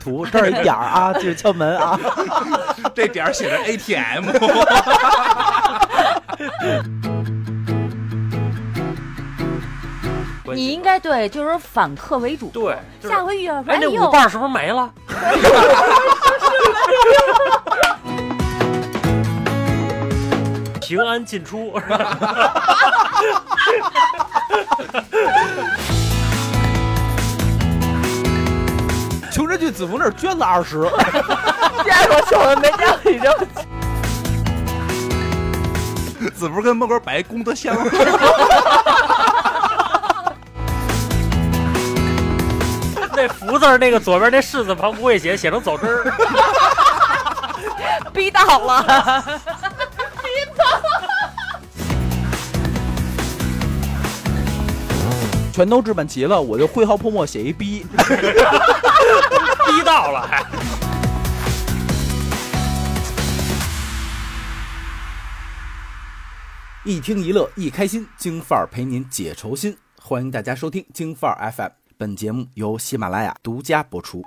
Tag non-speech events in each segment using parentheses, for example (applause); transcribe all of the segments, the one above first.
图这儿一点儿 (laughs) 啊，记得敲门啊。这点儿写着 ATM，你应该对，就是说反客为主。对，就是下回遇到说，哎，那呦舞，伴是不是没了？平安进出，穷人去子服那儿捐了二十，见过丑的没见过已经。 (laughs) 子不是跟门口摆一功德箱， (laughs) 那福字儿那个左边那柿子旁不会写，写成走之儿。 (laughs) 逼到了，全都置办齐了，我就挥毫泼墨写一逼。 (laughs) 逼到了哎还。 (laughs) 一听一乐一开心，京范儿陪您解愁心。欢迎大家收听京范儿 FM，本节目由喜马拉雅独家播出。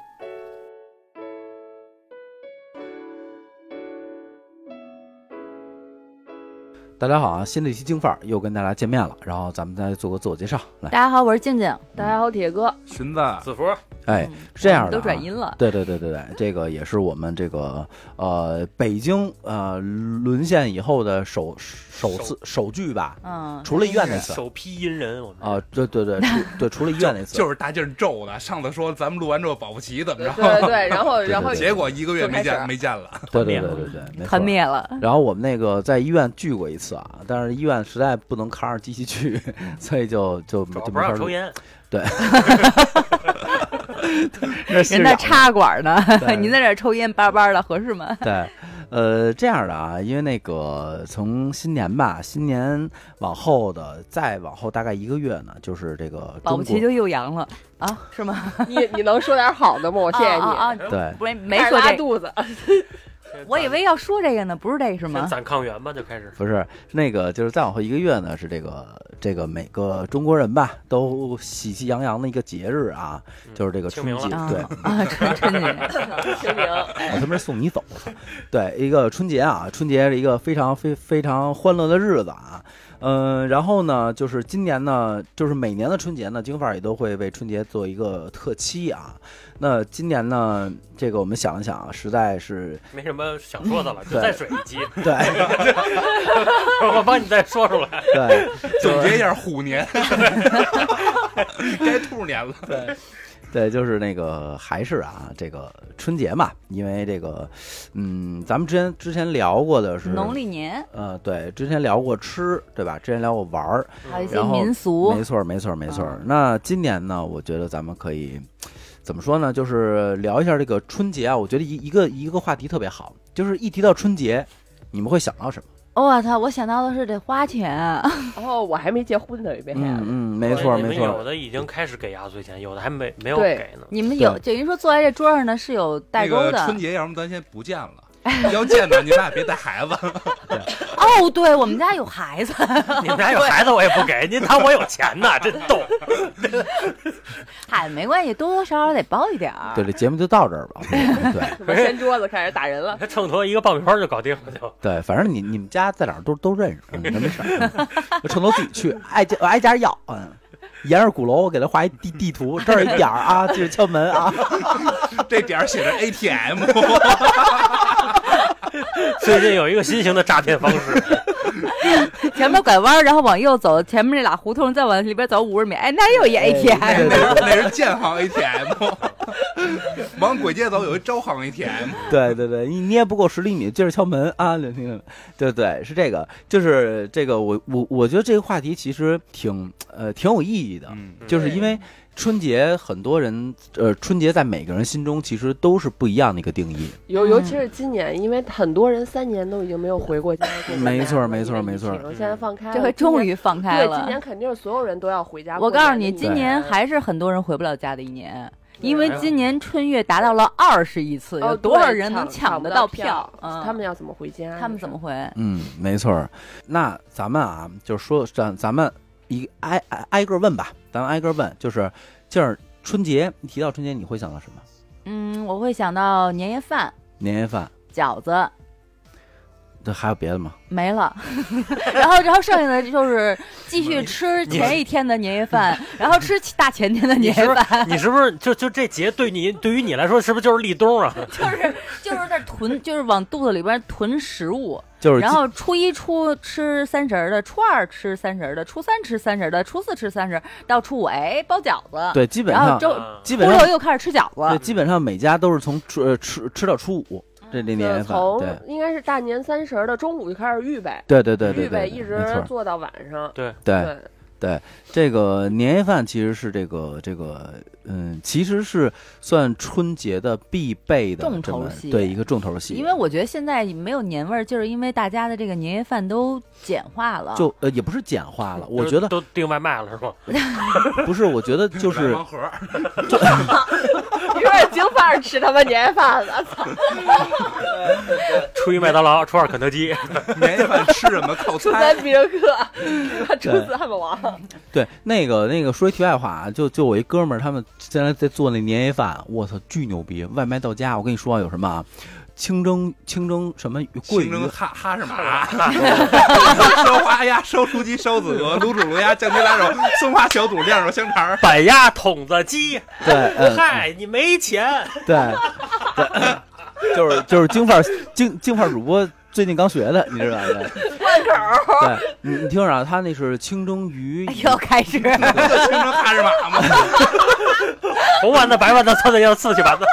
大家好啊，新的一期京范儿又跟大家见面了，然后咱们再做个自我介绍。来 (laughs) 大，家好，我是静静。大家好，铁哥，寻子子服，哎嗯，是这样的、啊，都转音了。对对对对对，这个也是我们这个呃北京呃沦陷以后的首首次首剧吧，嗯，除了医院那次首批阴人，我们啊，对对对除对，除了医院那次， (laughs) 就是大劲儿咒的。上次说咱们录完之后保不齐怎么 (laughs) 对着，对对，然后然后 (laughs) 对结果一个月没就开始见没见 (laughs) 了，对灭对了对对对，没错团。灭了，然后我们那个在医院聚过一次啊，但是医院实在不能扛着机器去， (laughs) 所以就就主要就没不法让抽录。烟，那 (laughs) 是人嚷在插管呢 (laughs) 对，您在这儿抽烟叭叭的，合适吗？对，呃，这样的啊，因为那个从新年吧，新年往后的再往后大概一个月呢，就是这个保不中齐国就又阳了啊？是吗？你你能说点好的吗？ (laughs) 我谢谢你。啊哎啊啊对不是没开始说拉这个，肚子，我以为要说这个呢，不是这个是啊先吗？攒抗原吧，就开始。不是那个，就是再往后一个月呢，是这个这个每个中国人吧都喜气洋洋的一个节日啊，嗯就是这个清春明节，啊对， (laughs) 啊，真真的 (laughs) 清明。我他妈送你走！我操！对，一个春节啊，春节是一个非常非非常欢乐的日子啊。嗯、然后呢，就是今年呢，就是每年的春节呢，京范儿也都会为春节做一个特期啊。那今年呢，这个我们想一想啊，实在是没什么想说的了，就对再水一集， (laughs) 对对 (laughs) 我帮你再说出来。总结一下虎年，该兔年了。对对，就是那个还是啊，这个春节嘛，因为这个，嗯，咱们之前之前聊过的是农历年呃，对，之前聊过吃，对吧？之前聊过玩儿，还有一些然后民俗没，错儿，没错儿，没错儿。哦嗯那今年呢，我觉得咱们可以怎么说呢？就是聊一下这个春节啊。我觉得一一个一个话题特别好，就是一提到春节，你们会想到什么？哦我操！我想到的是得花钱啊，然后我还没结婚呢，这哎边嗯还。嗯，没错儿，你们没错有儿。的已经开始给压岁钱，有的还没没有对给呢。 (laughs) 你们有等于说坐在这桌上呢是有代那沟个的春节要么咱先不见了，要见呢你们俩别带孩子。哦，对我们家有孩子，你们家有孩子我也不给，您当我有钱呢？真 (laughs) 逗。嗨，没关系，多多少少得包一点儿。对，这节目就到这儿吧。对什么掀桌子开始打人了？秤砣一个爆米花就搞定了，就对，反正你你们家在哪儿都都认识，嗯那没事儿，嗯就承诺自己去，挨家挨家要，嗯。沿着鼓楼，我给他画一地地图，这儿一点儿啊，记得敲门啊。这点儿写着 ATM，最近有一个新型的诈骗方式，前面拐弯，然后往右走，前面那俩胡同再往里边走五十米，哎，那又一 ATM，那是那是建行 ATM，往簋街走有一招行 ATM，对对对，你捏不够十厘米，接着敲门啊！刘听听，对对，是这个，就是这个，我我我觉得这个话题其实挺呃挺有意义的，嗯，就是因为春节很多人呃春节在每个人心中其实都是不一样的一个定义，尤尤嗯其是今年，因为很多人三年都已经没有回过家过年了。没错因为没错疫情没错现在放开了，这回终于放今开年对，今了年。肯定是所有人都要回家过我年的一年。告诉你，今年还是很多人回不了家的一年，因为今年春运达到了二十亿次，哦有多少对人能抢得到到票？嗯，他们要怎么回家？他们怎么回？嗯，没错儿。那咱们啊，就说咱咱们一挨挨挨个问吧，咱们挨个问，就是就是春节一提到春节，你会想到什么？嗯，我会想到年夜饭、年夜饭，饺子这还有别的吗？没了， (laughs) 然后然后剩下的就是继续吃前一天的年夜饭，然后吃大前天的你年是夜不饭， (laughs) 是嗯你是不是就就这节对你对于你来说是不是就是立冬啊？就是就是在囤，就是往肚子里边囤食物。就是然后初一、初吃三十儿的，初二吃三十儿的，初三吃三十儿的，初四吃三十儿，到初五哎包饺子，对，基本然后上周啊基本初上六又啊开始吃饺对，子，基本上每家都是从初呃吃吃到初五，这这年夜嗯就饭，从对应该是大年三十儿的中午就开始预备，对对对预对备对，一没直错，做到晚上。对，对。对，这个年夜饭其实是这个这个嗯，其实是算春节的必备的重头这么戏对一个重头戏。因为我觉得现在没有年味儿，就是因为大家的这个年夜饭都简化了，就呃也不是简化了，我就觉得都订外卖了是吗？不是，我觉得就是盲盒儿， (laughs) 有点京范儿吃他妈年夜饭了，哎操！初一麦当劳，初二肯德基，年夜饭吃什么靠初餐？(laughs) 三必胜客，他初四汉堡王，对那个那个说一题外话啊，就就我一哥们儿他们现在在做那年夜饭，我操巨牛逼，外卖到家，我跟你说啊有什么啊，清蒸清蒸什么清桂鱼蒸哈哈士马， (laughs) 烧花鸭、烧雏鸡、烧子鹅、卤煮卤鸭、酱鸡腊肉、松花小肚、晾肉香肠儿。板鸭、筒子、鸡。对，(laughs) 嗯，嗨，你没钱，对，对，就是就是京范儿京京范儿主播最近刚学的，你知道吧？对，对你你听着啊，他那是清蒸鱼哎，又开始不就清蒸哈士马吗？红丸子、白丸子、酸菜要刺去丸子。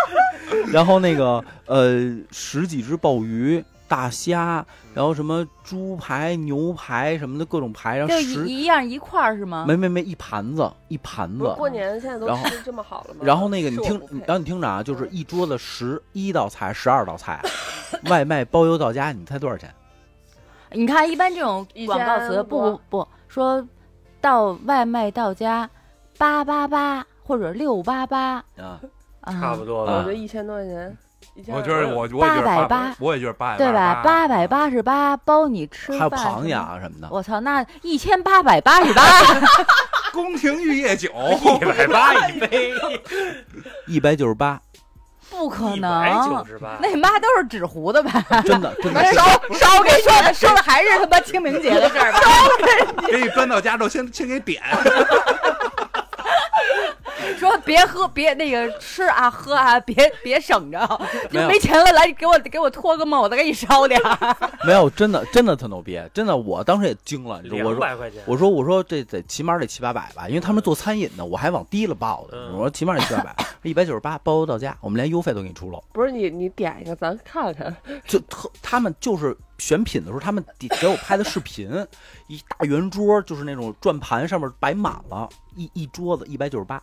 然后那个呃十几只鲍鱼、大虾，然后什么猪排、牛排什么的各种排，然后就十一一样一块儿是吗？没没没一盘子一盘不是子。过年现在都然后吃这么好了吗？然后那个你是我听不，然后你听着啊，就是一桌子十一道菜、十二道菜，外卖包邮到家，你猜多少钱？你看，一般这种以广告前词不我不不说到外卖到家八八八或者六八八啊，啊，差不多配我吧嗯觉。得一千多块钱，一 (laughs) 千我二觉得我我也觉880得八，我也觉得八百对吧？八八百八十八包你吃还饭，有螃蟹。啊什么的。我操，那一千八百八十八，宫廷玉液 (laughs) 酒，一百八一杯，一百九十八，不可一百九能！十八。那妈都是纸糊的吧？真的真的烧 (laughs) 烧给说的，说的还是他妈清明节的事 (laughs) 儿吧？给你搬到家之后先先给点， (laughs) 说别喝，别那个吃啊，喝啊，别别省着，没就有没钱了，来给我给我托个梦，我再给你烧点儿。没有，真的真的特牛逼，真的，我当时也惊了，你知道我两说。百块钱，我说我说这得起码得七八百吧，因为他们做餐饮的，我还往低了报的。嗯我说起码得七八百，一百九十八包邮到家，我们连邮费都给你出了。不是你你点一个咱看看，就特他们就是选品的时候，他们给给我拍的视频，一大圆桌就是那种转盘上面摆满了，一一桌子一百九十八，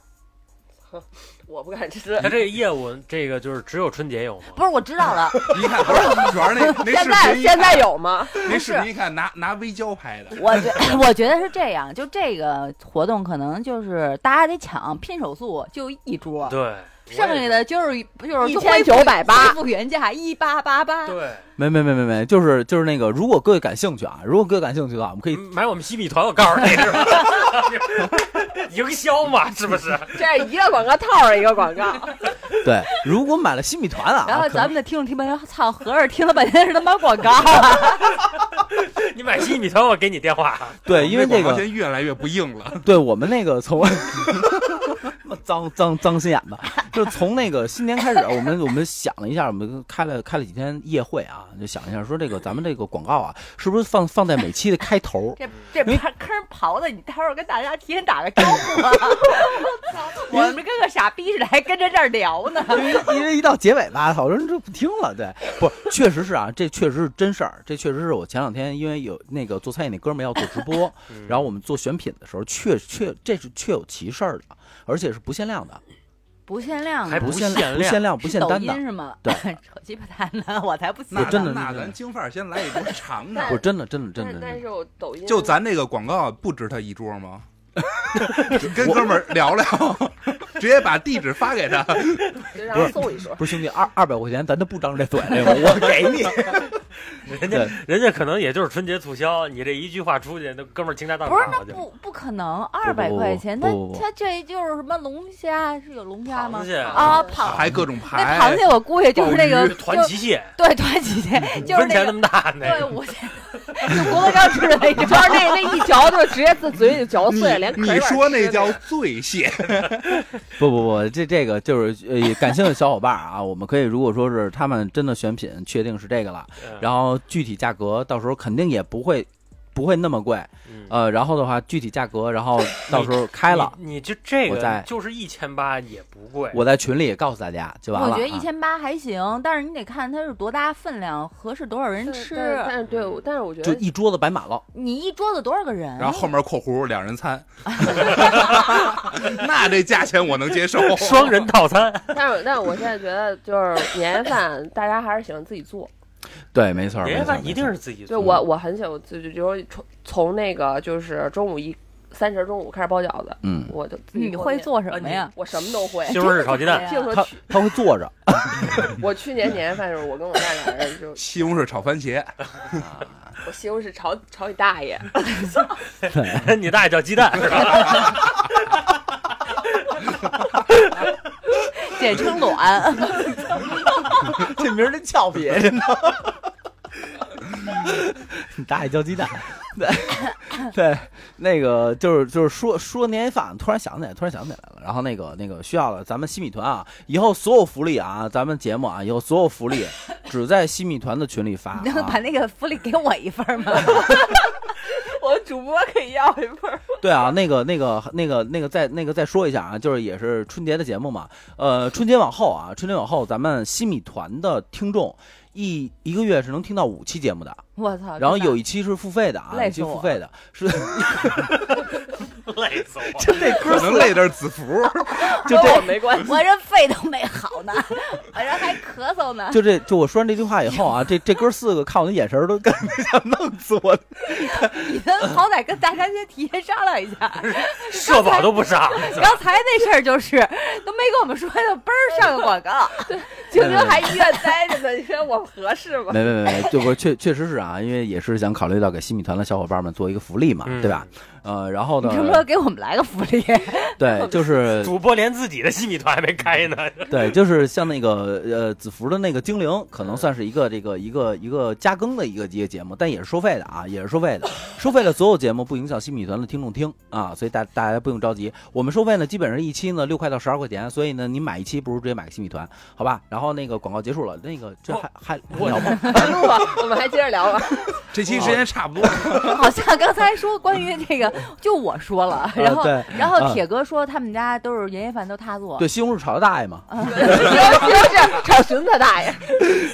我不敢吃。他这个业务，这个就是只有春节有吗？不是，我知道了，一看不是，主要是那那现在视频一看现在有吗？那视频一看拿拿微胶拍的，我觉 (laughs) 我觉得是这样，就这个活动可能就是大家得抢拼手速，就一桌，对，剩下的就是就是一千九百八恢复原价一八八八。对，没没没没没，就是就是那个，如果各位感兴趣啊，如果各位感兴趣的话，我们可以买我们西米团，我告诉你是吧？ (laughs) 营销嘛，是不是？这一个广告套着一个广告，对，如果买了新米团啊，然后可能咱们的听众听半天，操，合着听了半天是他妈广 (laughs) 告啊！你买西米团，我给你电话。对，因为这广告个现在越来越不硬了。对我们那个从 (laughs) 脏脏脏心眼子， (laughs) 就是从那个新年开始，我们我们想了一下，我们开了开了几天夜会啊，就想一下说这个咱们这个广告啊，是不是放放在每期的开头？这这没坑坑刨的，你待会儿跟大家提前打个招 (laughs) 呼啊！我们跟个傻逼似的，还跟着这儿聊呢。因为因为一到结尾吧，好多人就不听了。对，不，确实是啊，这确实是真事儿，这确实是我前两天因为有那个做餐饮那哥们儿要做直播， (laughs) 然后我们做选品的时候，确确这是确有其事儿的，而且是不限量的，不限量还的，不不限限哎不量限量不限抖单音的。是吗？对， (laughs) 扯鸡巴蛋呢，我才不信 (laughs) 那我。真的那真的咱京范儿先来一波尝尝不，是真的，真的，真但的，但是我抖音 (laughs) 就咱这个广告不值他一桌吗？跟哥们儿聊聊，直接把地址发给他。就让人送一说，(laughs) (laughs) 不是兄弟，二二百块钱咱都不张这嘴，这个我给你。人家人家可能也就是春节促销，你这一句话出去，那哥们儿倾家荡不是产那了就。不不可能，二百块钱，不他不不他这就是什么龙虾是有龙虾吗螃？蟹啊，螃还各种那排，螃蟹我估计 (laughs) 就是那个这团就脐蟹，对团起蟹，一就分是那钱个那么大那对个。我就郭德纲吃的那 (laughs) 你个知道那那一嚼就直接自嘴里嚼碎了，连你壳儿你一块儿说吃那的叫 (laughs) 醉蟹，不不不，这这个就是呃，感兴趣的小伙伴啊，我们可以如果说是他们真的选品确定是这个了，嗯然后具体价格到时候肯定也不会不会那么贵，后呃，然后的话具体价格，然后到时候开了，你你就这我个再就是一千八也不贵。我在群里也告诉大家就完了我啊。觉得一千八还行，但是你得看它是多大分量，合适多少人对吃。但但是对，我但是我觉啊就得一桌子白马了，你一桌子多少个人？然后后面括弧两人 (laughs) 餐，那这价钱我能接受。双人套餐， (laughs) 但是，但是我现在觉得，就是年夜饭，大家还是喜欢自己做。对，没错，年夜没错饭一定是自己就做。我，我很喜欢，就就就从从那个就是中午一三十中午开始包饺子，嗯，我就自己你会面，做哎什么呀？我什么都会。西红柿炒鸡蛋，净说他去，他会坐着，我去年年夜饭的时候，我跟我爸俩人就西红柿炒番茄，我西红柿炒炒你大爷，你大爷叫鸡蛋是 (laughs) 吧？简称卵。 (laughs) 这名儿真俏皮，真 (laughs) 的。你大爷叫鸡蛋， (laughs) 对对，那个就是就是说说年夜饭，突然想起来，突然想起来了。然后那个那个需要了，咱们西米团啊，以后所有福利啊，咱们节目啊，以后所有福 (laughs) 利只在西米团的群里发、你能把啊。那个福利给我一份吗？ (laughs) 我主播可以要一份儿。对啊，那个那个那个那个再那个再说一下啊，就是也是春节的节目嘛，呃，春节往后啊，春节往后，咱们西米团的听众一一个月是能听到五期节目的。我操！然后真的有一期是付费的啊，累有一期死我付费的是 (laughs) 累死我！就这歌可能累的是子服，就跟我这没关系。我这肺都没好呢， (laughs) 我这还咳嗽呢。就这就我说完这句话以后啊，这这哥四个看我的眼神儿都感觉想弄死 (laughs) 我。你们好歹跟大家先提前商量一下。社保都不上， (laughs) 刚才那事儿就是都没跟我们说，就嘣儿上个广 (laughs) 告。晶晶还医院待着呢，哎你说我合适 (laughs) 吗？没没没没，就我确确实是啊，因为也是想考虑到给新米团的小伙伴们做一个福利嘛，嗯对吧？呃，然后你呢，什么时候给我们来个福利？ (laughs) 对，就是主播连自己的西米团还没开呢。 (laughs) 对，就是像那个呃子服的那个精灵，可能算是一个这个一个一个加更的一个一个节目，但也是收费的啊，也是收费的，收费的所有节目不影响新米团的听众听啊，所以大大家不用着急。我们收费呢，基本上一期呢六块到十二块钱，所以呢你买一期不如直接买个新米团，好吧？然后那个广告结束了，那个这哦还还我聊吗？别录吧，我们还接着聊吧。这期时间差不多。好像刚才说关于这个，就我说了， (laughs) 然后、对然啊后铁哥说他们家都是年夜饭都他 (laughs) 做，对，西红柿炒的大爷嘛，啊就是找寻他大爷，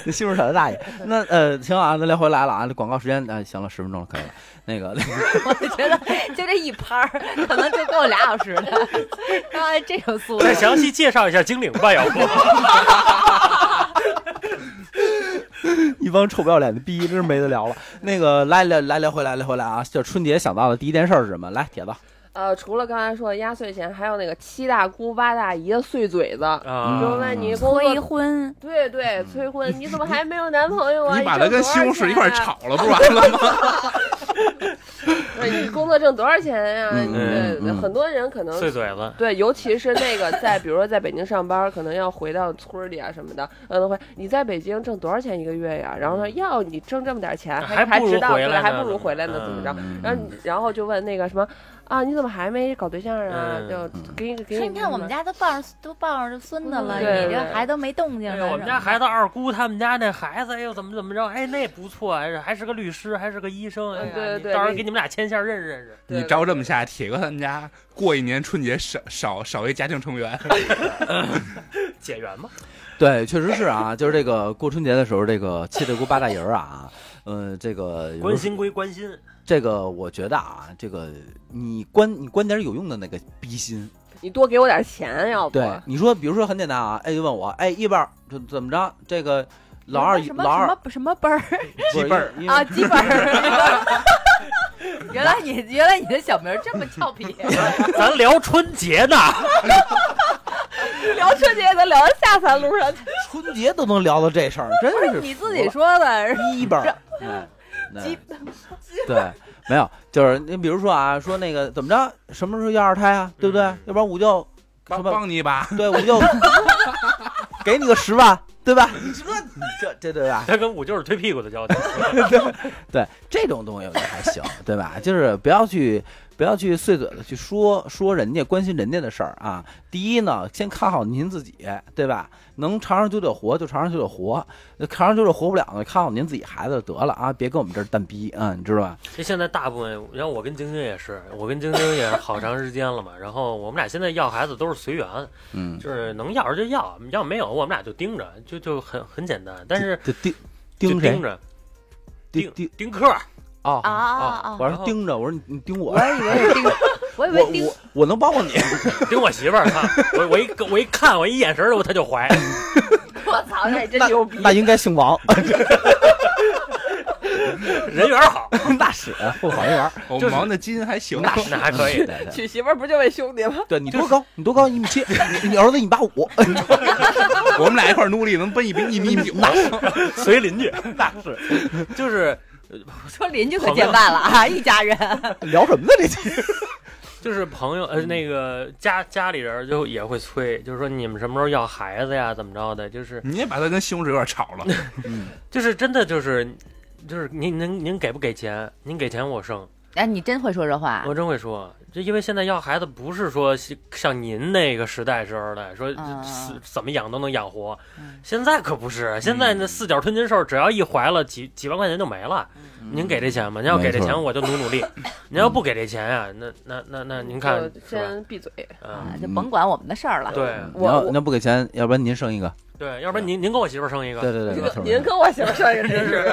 那西红柿炒的大 (laughs) 爷。那呃行啊，那聊回来了啊，这广告时间啊、行了，十分钟了，可以了。那个我就觉得就这一盘儿可能就够俩小时的， (laughs) 然后这种速度再。详细介绍一下精灵吧，要不？一帮臭不要脸的逼，真是没得 (laughs) 聊了。那个来来来聊回来聊回来啊，就春节想到的第一件事儿是什么？来，铁子，呃，除了刚才说的压岁钱，还有那个七大姑八大姨的碎嘴子，啊，嗯就问你工催作，婚，对对，催婚，你怎么还没有男朋友啊？你把它跟挣西红柿一块儿多少钱啊炒了，不完了吗？对，你工作挣多少钱呀？嗯你嗯对嗯很多人可能碎嘴子， (laughs) 对，尤其是那个在，比如说在北京上班，可能要回到村儿里啊什么的，可能会你在北京挣多少钱一个月呀？然后说要你挣这么点钱，还还不如知道回对来还呢不怎如么回来呢，嗯怎么着？嗯然后你然后就问那个什么啊，你怎么还没搞对象啊？嗯就给你给说你，你看我们家都抱着都抱着孙子了，对你这对还都没动静哎呢。呦，我们家是吧孩子二姑他们家那孩子，哎呦，怎么怎么着？哎，那不错，哎还是个律师，还是个医生。哎呀，对对你对到时候那给你们俩牵线认识认识。对你照这么下，铁哥他们家过一年春节少少少一家庭成 (laughs) 员，解缘嘛，对，确实是啊， (laughs) 就是这个过春节的时候，这个七大姑八大姨儿啊，嗯、这个有关心归关心， (laughs) 这个，我觉得啊，这个你关你关点有用的那个逼心，你多给我点钱，要不对，你说，比如说很简单啊，哎，就问我，哎，一辈儿怎怎么着？这个老二什么老二什么什么班儿几辈儿，不是因为啊，基本儿。 (laughs) 原来你原来你的小名儿这么俏皮，咱聊春节呢，聊春节咱聊到下三路上去，春节都能聊到这事儿，真不是是你自己说的，一本儿。哎嗯 (laughs) 那 (laughs) 对，没有，就是你比如说啊，说那个怎么着，什么时候要二胎啊，对不对？嗯要不然我就帮什么帮你一把， (laughs) 对我就给你个十万，对吧？你说这这对吧？他跟五就是推屁股的交情。对这种东西我觉得还行，对吧？就是不要去不要去碎嘴的去说说人家关心人家的事儿啊。第一呢，先看好您自己，对吧？能长长久久活就长长久久活，长长久久活不了呢，看好您自己孩子就得了啊！别跟我们这儿蛋逼啊、你知道吧？这现在大部分，然后我跟晶晶也是，我跟晶晶也是好长时间了嘛。然后我们俩现在要孩子都是随缘，嗯，就是能要就要，要没有我们俩就盯着，就就很很简单。但是就盯就盯谁盯？着盯盯丁克，哦啊啊啊我然说后盯着，我说你你盯我，我也以为是盯，我以我为盯我我能包括你，盯我媳妇儿，看我我一我一看我一眼神儿我他就 (laughs) 怀，我操，那真那牛逼！那应该姓王， (laughs) 人缘好，那是不好一玩儿，我就是忙的筋还行。那那还可以 (laughs) 对。 (laughs) 对娶媳妇儿不就为兄弟吗？对你多高？你多高？一米七，你你儿子一米八五，哎我们俩一块儿努力，能奔一米一米九。随邻居，那是，就是说邻居可见外了啊，一家人。 (laughs) 聊什么呢？这期就是朋友呃那个家家里人儿就也会催，就是说你们什么时候要孩子呀，怎么着的，就是 (laughs) 你也把他跟西红柿有点吵 (laughs) 了，就是真的就是就是您您您给不给钱？您给钱我生，哎，你真会说这话我真会说，就因为现在要孩子不是说像像您那个时代时候的说嗯死怎么养都能养活嗯，现在可不是，现在那四脚吞金兽只要一怀了几几万块钱就没了。嗯您给这钱吗？您要给这没钱错我就努 (laughs) 努力，您要不给这钱啊，那那那那您看就是吧？先闭嘴。嗯，啊，就甭管我们的事儿了。对你我要我你要不给钱，要不然您生一个。对，要不然您您跟我媳妇儿生一个，对对对，这没错个没您错。跟我媳妇儿上一个 (laughs) 真是，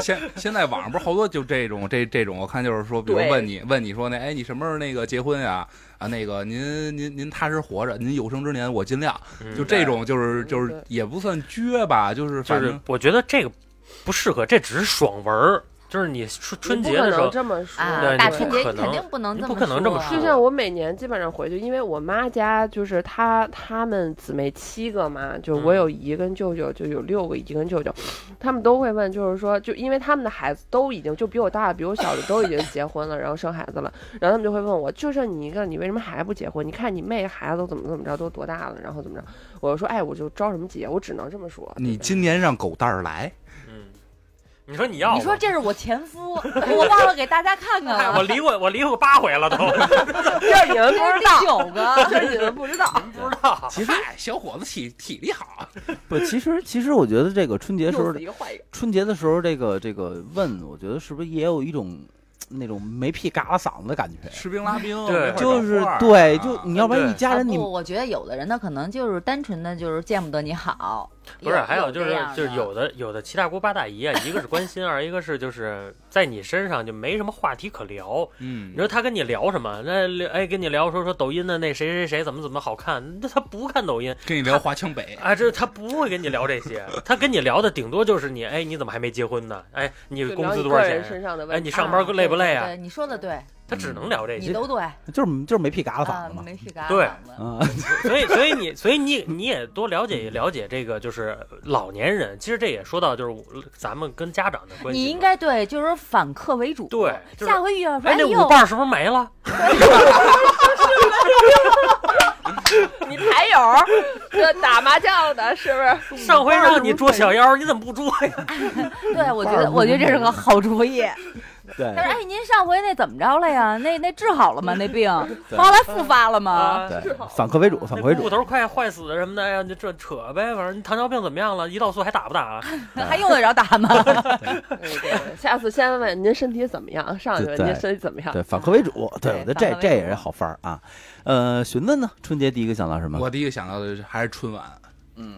现现在网上不是好多就这种这这种，我看就是说，比如对问你问你说那哎你什么时候那个结婚呀、啊？那个您您您踏实活着，您有生之年我尽量。嗯就这种就是就是对也不算撅吧，就是就反是正我觉得这个不适合，这只是爽文儿，就是你春春节你不的可时能候，这么说。啊，对大你春不节可你肯能定不能你这不啊么可能这么说说就像我每年基本上回去，因为我妈家就是她她们姊妹七个嘛，就嗯我有姨跟舅舅，就有六个姨跟舅舅，他们都会问，就是说，就因为他们的孩子都已经就比我大，比我小的都已经结婚了，然后生孩子了，然后他们就会问我，就剩你一个，你为什么还不结婚？你看你妹孩子都怎么怎么着，都多大了，然后怎么着？我就说，哎，我就着什么急，我只能这么说。你今年让狗蛋儿来，嗯，你说你要你说我这是我前 (laughs) 夫，我忘了给大家看看哎我了，离过我离过八回了 (laughs) 都，这你们这不是知第道，(laughs) 九个。这你们不知道。不知道。其实小伙子体体力好，不，其实其实我觉得这个春节时候又死，一个换一个，春节的时候，这个这个问，我觉得是不是也有一种那种没屁嘎啦嗓子的感觉？吃冰拉冰，对没法就找是话儿对，啊就你要不然一对家人啊你不，我觉得有的人他可能就是单纯的就是见不得你好，不是，还有有就是就是有的有的七大姑八大姨啊，一个是关心，二一个是就是在你身上就没什么话题可聊。嗯你，说他跟你聊什么？那聊哎跟你聊说说抖音的那谁谁谁怎么怎么好看，那他不看抖音跟你聊华强北，啊，这他不会跟你聊这些，他跟你聊的顶多就是你哎你怎么还没结婚呢？哎你就工聊资你多少个人钱？身上的问哎题。你上班累不累啊？对，你说的对，他只能聊这你些，都对就是就是没屁嘎啦啊嗓子，嘛。没去嘎对嗓子啊，所以所以你所以你你也多了解了解这个就是老年人，其实这也说到就是我咱们跟家长的关系嘛。你应该对，就是说反客为主。对就是下回遇到说哎那呦舞，伴是不是没了？你牌 (laughs) 友，这打麻将的是不是？上回让你捉小妖，你怎么不捉 (laughs) 呀？对我觉得我觉得这是个好主意。对他说哎，您上回那怎么着了呀？那那治好了吗？那病对后来复发了吗？啊对，反客为主，反那客为股骨主。头快坏死了什么的，哎呀，你这扯呗，反正你糖尿病怎么样了？胰岛素还打不打啊？还用得着打吗？ (laughs) 嗯对对下次先问您身体怎么样，上去对问对您身体怎么样。对，反客为主，对，对我觉得反这客为这主也是好法儿啊。呃，询问呢，春节第一个想到什 (laughs) 么？我第一个想到的是还是春晚，嗯，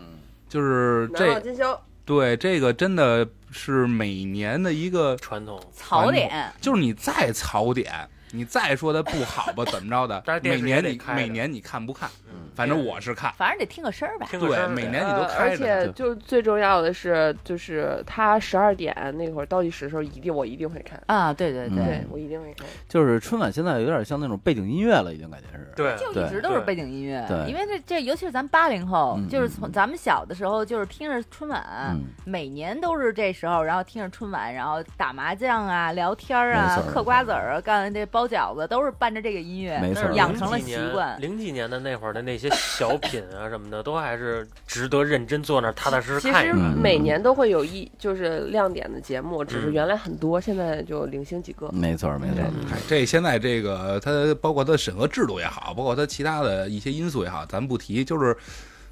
就是难忘这今宵，对这个真的是每年的一个，传统， (laughs) 槽点，就是你再槽点，你再说它不好吧，怎么着的 (laughs) 但是，电每视也年得你开着每年你看不看？嗯，反正我是看。反正得听个声儿吧。听个声对，儿每得年你都呃开而着且就最重要的是，就是他十二点那会儿倒计时的时候，一定我一定会看，啊，对对嗯对对，我一定会看。就是春晚现在有点像那种背景音乐了，已经感觉是。对，就一直都是背景音乐对，因为这这，尤其是咱八零后嗯，就是从咱们小的时候，就是听着春晚嗯，每年都是这时候，然后听着春晚，然后打麻将啊、聊天儿没啊错、嗑瓜子儿啊、干这包饺子，都是伴着这个音乐。没但错是儿，养零成几了习年惯零几年的那会儿的那些小品啊什么的，都还是值得认真坐那儿踏踏实其实看一实看。嗯每年都会有一就是亮点的节目，只是嗯原来很多，现在就零星几个。嗯没错儿，没错儿。哎，这现在这个它包括它审核制度也好，包括它其他的一些因素也好，咱不提，就是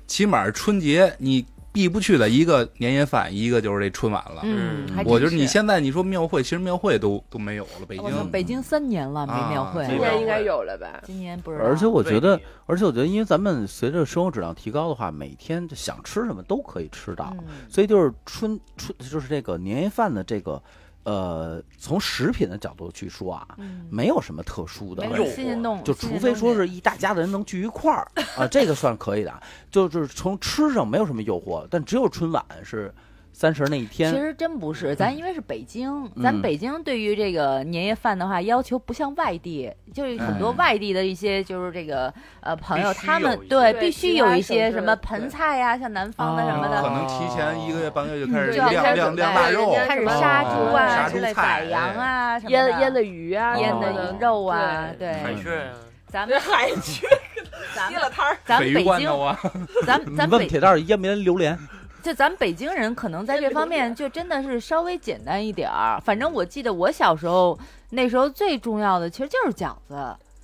起码春节你避不去的一个年夜饭，一个就是这春晚了。嗯，嗯还我觉真得你是现在你说庙会，其实庙会都都没有了，北我们京。北京三年了没啊庙会，嗯今今年应该有了吧？今年不知道。而且我觉得对，而且我觉得，因为咱们随着生活质量提高的话，每天就想吃什么都可以吃到，嗯所以就是春春就是这个年夜饭的这个，呃，从食品的角度去说啊，嗯没有什么特殊的没问有题。新鲜动，就新除鲜非东说西是一大家子人能聚一块 (laughs) 儿啊，这个算可以的啊。就是从吃上没有什么诱惑，但只有春晚是三十那一其天，实真不是，咱因为是北京，嗯咱北京对于这个年夜饭的话，要求不像外地，就是很多哎外地的一些就是这个呃朋友，必须他们有一些对对必其须他有一省些市什么对盆菜呀，像南方的什可么的。能提前一个月半个月就开始嗯就要晾开始晾准晾备大肉，开始哦杀猪啊杀之猪类，菜宰羊啊什么腌腌的鱼啊，腌什哦么的的肉啊，对，海雀呀，咱们海去 (laughs) 咱接们了摊儿，咱鲱们鱼北罐头京， (laughs) 啊，咱 (laughs) 你咱问北铁蛋儿腌不腌榴莲？就咱北京人可能在这方面就真的是稍微简单一点儿。反正我记得我小时候那时候最重要的其实就是饺子，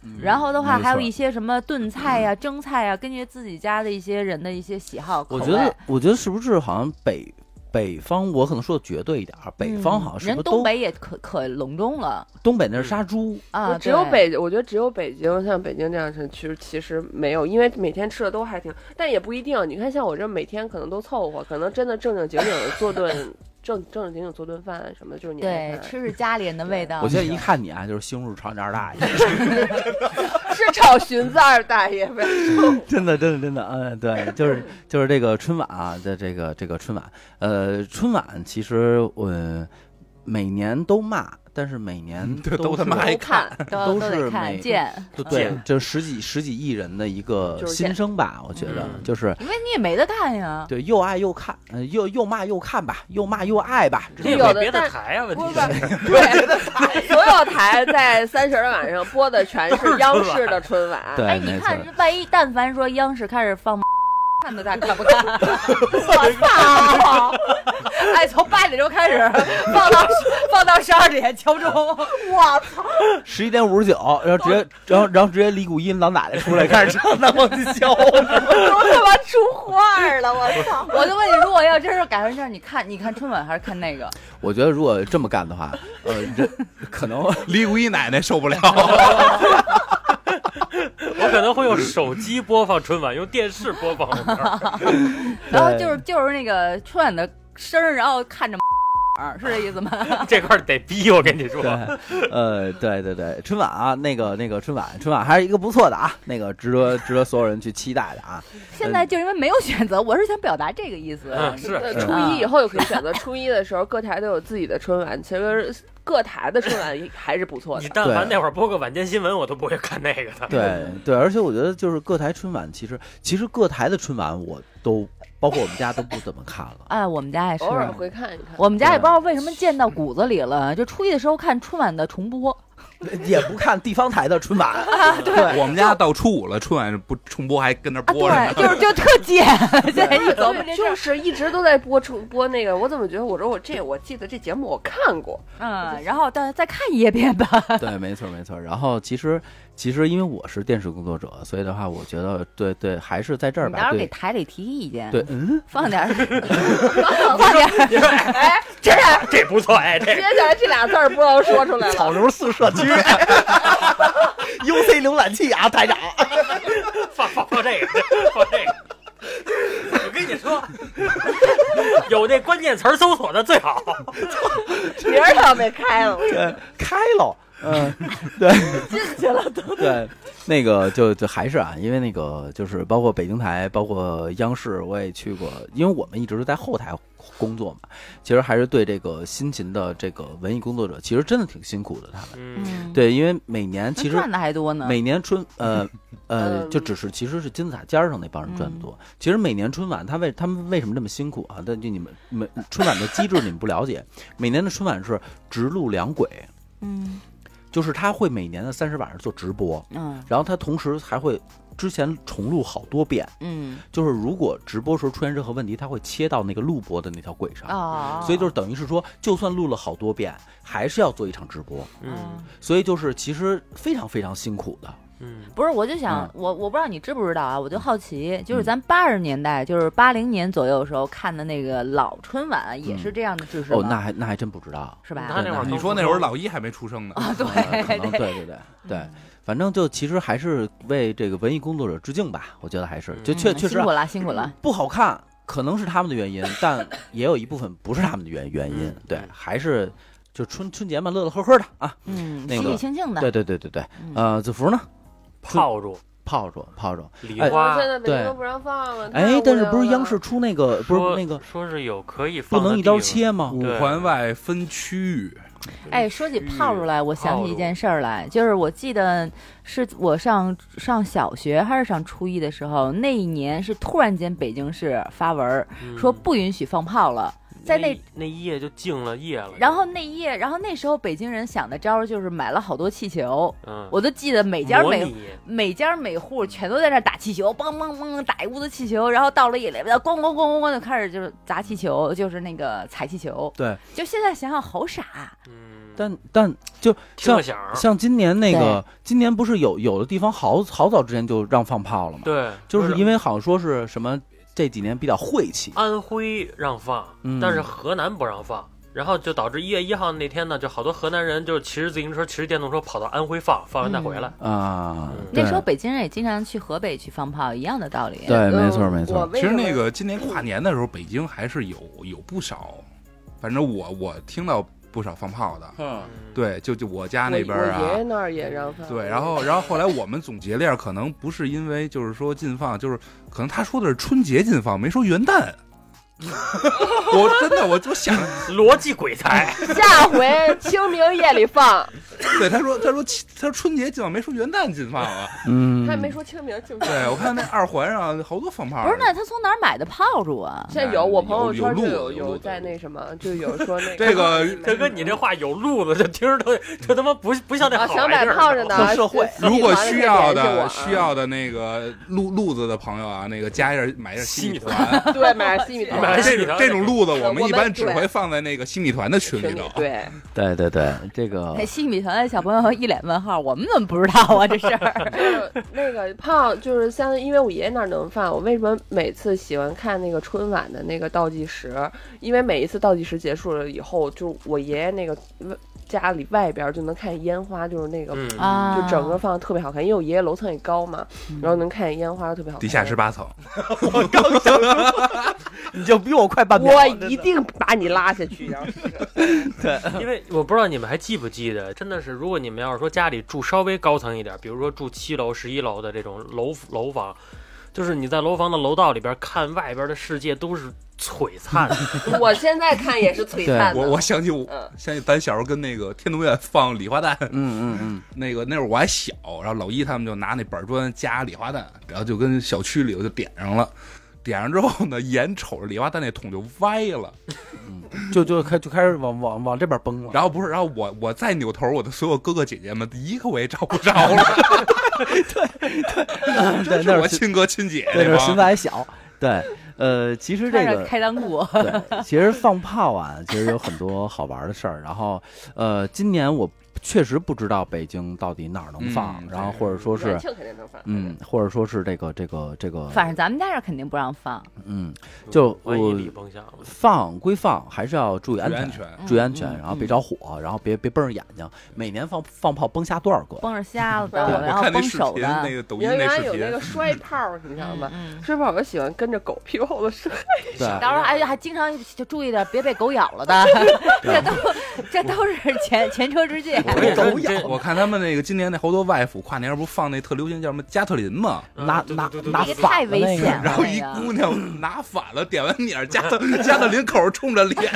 嗯然后的话嗯没还有错一些什么炖菜呀、蒸菜呀，根据自己家的一些人的一些喜好口我味。觉得，我觉得是不是好像北北方，我可能说的绝对一点儿，啊北方好像是嗯人不是都、东北也可可隆重了东北那是杀猪，啊，只有对。北，我觉得只有北京，像北京这样城区，其实没有，因为每天吃的都还挺，但也不一定。你看，像我这每天可能都凑合，可能真的正正经经地做顿正正正经经做顿饭啊什么的，就是年夜对，饭吃是家里人的味道。我现在一看你啊，就是西红柿炒你二大爷，是炒裙子二大爷 (laughs) 呗。 (laughs) 真的，真的，真的，嗯，对，就是就是这个春晚啊的这个这个春晚，呃，春晚其实我、每年都骂，但是每年嗯对都都他是妈爱看， (laughs) 都都都是得看每 (laughs) 见，就对见，就十几十几亿人的一个就是心见声吧，我觉得嗯就是因为你也没得看呀。对又爱又看，呃、又又骂又看吧，又骂又爱吧，你也有没的别的但台啊，问题不是是。对，所有台在三十的晚上播的全是央视的春晚。对，哎，没你错看，万一但凡说央视开始 (laughs) 放，看的咱看不看？我 (laughs) 操！哎，从八点钟开始放到放到十二点敲钟， (laughs) 哇！十一点五十九，然后直接，然后然后直接李谷一老奶奶出来开始唱《难忘今 (laughs) 宵》，都他妈出画儿了，我操！我就问你，如果要真是改成这样，你看你看春晚还是看那个？我觉得如果这么干的话，呃，人可能李谷一奶奶受 (laughs) 不了。我可能会用手机播放春晚，用电视播放红片儿。然后就是就是那个春晚的声儿，然后看着。是这意思吗？这块儿得逼，我跟你说。对，呃，对对对，春晚啊，那个那个春晚，春晚还是一个不错的啊，那个值得值得所有人去期待的 (laughs) 啊。现在就因为没有选择，我是想表达这个意思。嗯，是，呃初一以后也可以选择，初一的时候各台都有自己的春晚，其实各台的春晚还是不错你的。但对凡那会儿播个晚间新闻，我都不会看那个的。对对，而且我觉得就是各台春晚，其实其实各台的春晚我都包括我们家都不怎么看了。哎，我们家也是偶，尔回看一看。我们家也不知道为什么见到骨子里了。就初一的时候看春晚的重播， (laughs) 也不看地方台的春晚， (laughs) 我们家到初五了，春晚不重播还跟那啊，播着对，呢。就是就特贱，对，一走这对事儿就是一直都在播出播那个，我怎么觉得我说我这我记得这节目我看过，嗯，然后但再看一遍吧。 (laughs) 对，没错没错。然后其实其实因为我是电视工作者，所以的话，我觉得对对，还是在这儿你到时吧。候给对台里提意见，对，， (laughs) 嗯，放点儿，放点儿，你说，哎，这这不错，哎，接这下来这俩字儿不知道说 (laughs) 出来草了。榴寺 (laughs) 社区，UC 浏览器啊，台长。放放放这个，放这个。我跟你说，有这关键词儿搜索的最好。明 (laughs) 儿上被开 (laughs) 了，对，开了，嗯，对，进去了都对，那个就就还是啊，因为那个就是包括北京台，包括央视，我也去过，因为我们一直是在后台工作嘛，其实还是对这个辛勤的这个文艺工作者，其实真的挺辛苦的。他们嗯，对，因为每年那其实赚的还多呢。每年春 (laughs) 呃呃，嗯就只是其实是金字塔尖儿上那帮人嗯赚的多。其实每年春晚，他为他们为什么这么辛苦啊？但就你们每春晚的机制你们不了解，每年的春晚是直录两轨，嗯就是他会每年的三十晚上做直播，嗯然后他同时还会。之前重录好多遍，嗯就是如果直播时候出现任何问题，他会切到那个录播的那条轨上，哦，所以就是等于是说，就算录了好多遍，还是要做一场直播，啊嗯所以就是其实非常非常辛苦的。嗯不是，我就想，嗯我我不知道你知不知道啊，我就好奇，就是咱八十年代，就是八零年左右的时候看的那个老春晚，也是这样的制式吗？哦，那还那还真不知道，是吧？那那会儿你说那会儿老一还没出生呢，嗯啊，呃可 (laughs) 能对对对对嗯对，反正就其实还是为这个文艺工作者致敬吧，我觉得还是就嗯确嗯确实啊辛苦了，辛苦了。不好看，可能是他们的原因，但也有一部分不是他们的原原因嗯，对嗯，还是就春春节嘛，乐乐呵呵的啊，嗯，那喜个喜庆庆的。对对对对对嗯，呃，子福呢？泡住泡住泡住，梨哎花现，在北京对都不让放了。太哎，但是不是无聊了央视出那个不说是那个说是有可以不放的能一刀地方，切吗？五环外分区域，哎，说起泡出来，我想起一泡件事儿来，就是我记得是我上上小学还是上初一的时候，那一年是突然间北京市发文儿嗯说不允许放炮了，嗯在那那一夜就静了夜了。然后那一夜，然后那时候北京人想的招儿就是买了好多气球，嗯，我都记得每家模每拟每家每户全都在那儿打气球，梆梆梆打一屋子气球，然后到了夜里，咣咣咣咣咣就开始就是砸气球，就是那个踩气球。对，就现在想想好傻，啊嗯，但但就听像个响儿，像今年那个，今年不是有有的地方好好早之前就让放炮了吗？对，就是因为好像说是什么这几年比较晦气，安徽让放，嗯但是河南不让放。然后就导致一月一号那天呢，就好多河南人就是骑着自行车、骑着电动车跑到安徽放，放完再回来。嗯啊，对那时候北京人也经常去河北去放炮，一样的道理。对，哎呃没错嗯没我错，为其实什那么个今年跨年的时候，北京还是有有不少，反正我我听到不少放炮的。嗯对，就就我家那边我儿我爷啊爷，那儿也让放。对，然后然后后来我们总结了一下，可能不是因为就是说禁放，就是可能他说的是春节禁放，没说元旦。我真的我我想，逻辑鬼才，(laughs) 嗯下回清明夜里放，对他说他说他说春节禁放，没说元旦禁放啊。嗯，他也没说清明清明。对我看那二环上好多放炮不的，是，那他从哪儿买的炮竹啊？现在有，有我朋友哎有圈就路有有路的在那什么，就有说那这个大哥，你这话有路子，这听着都这他妈不不像那啊好想玩意买儿炮着知道吗呢，社会自己如果忙着需再要联系我的啊需要的那个路路子的朋友啊，那个加一下买一下西西米米团团。 (laughs) 对买 (laughs) 西米啊买团西这米团种这种路子，我们我一们般只对会放在那个星米团的群里头。对，对对对，这个哎，西米团的小朋友一脸问号，我们怎么不知道啊？这事 (laughs) 儿就是那个炮，就是像因为我爷爷那儿能放，我为什么每次喜欢看那个春晚的那个倒计时？因为每一次倒计时结束了以后，就是我爷爷那个外家里外边儿就能看烟花，就是那个。 (laughs) 嗯，啊，就整个放的特别好看，因为我爷爷楼层也高嘛，然后能看见烟花特别好看。地下十八层，你就比我快半我一定把你拉下去，然后 (laughs) 因为我不知道你们还记不记得，真的是，如果你们要是说家里住稍微高层一点，比如说住七楼、十一楼的这种楼楼房，就是你在楼房的楼道里边看外边的世界都是璀璨的，我现在看也是璀璨的。我我想起我嗯想起咱小时候跟那个天通苑放礼花弹，嗯嗯嗯，那个那会儿我还小，然后老一他们就拿那板砖加礼花弹，然后就跟小区里头就点上了，点上之后呢，眼瞅着礼花弹那桶就歪了，就就开就开始往往往这边崩了，然后不是，然后我我再扭头，我的所有哥哥姐姐们一个我也找不 (laughs) 着了，对，真是那我是亲哥亲姐对，那那是心帮子还小，对，呃，其实这穿着个开裆裤，对，其实放炮啊，其实有很多好玩的事儿。然后，呃，今年我确实不知道北京到底哪儿能放，嗯然后或者说元是，庆肯定能放。嗯，或者说是这个这个这个， (laughs) 反正咱们家这儿肯定不让放。嗯，就我万一礼崩响了，放归放，还是要注意安注意全，安全。注意安全，嗯然后别着火，然后别别崩着眼睛。每年放放炮崩下多少个？崩着瞎了的，对然我后看那崩视手频，的，那个抖音原那来视有那频个，摔炮，你知道吗？嗯。嗯摔炮我喜欢跟着狗屁股后头摔。对，到时候哎呀，还经常就注意点，别被狗咬了的。这都这都是前前车之鉴。我也狗这，我看他们那个今年那好多外府跨年不是放那特流行叫什么加特林嘛，拿啊对拿对对对拿对这对个太反了危那险个。了然后哎一呀姑娘拿反了，点完点儿加 (laughs) 特加特林口冲着脸，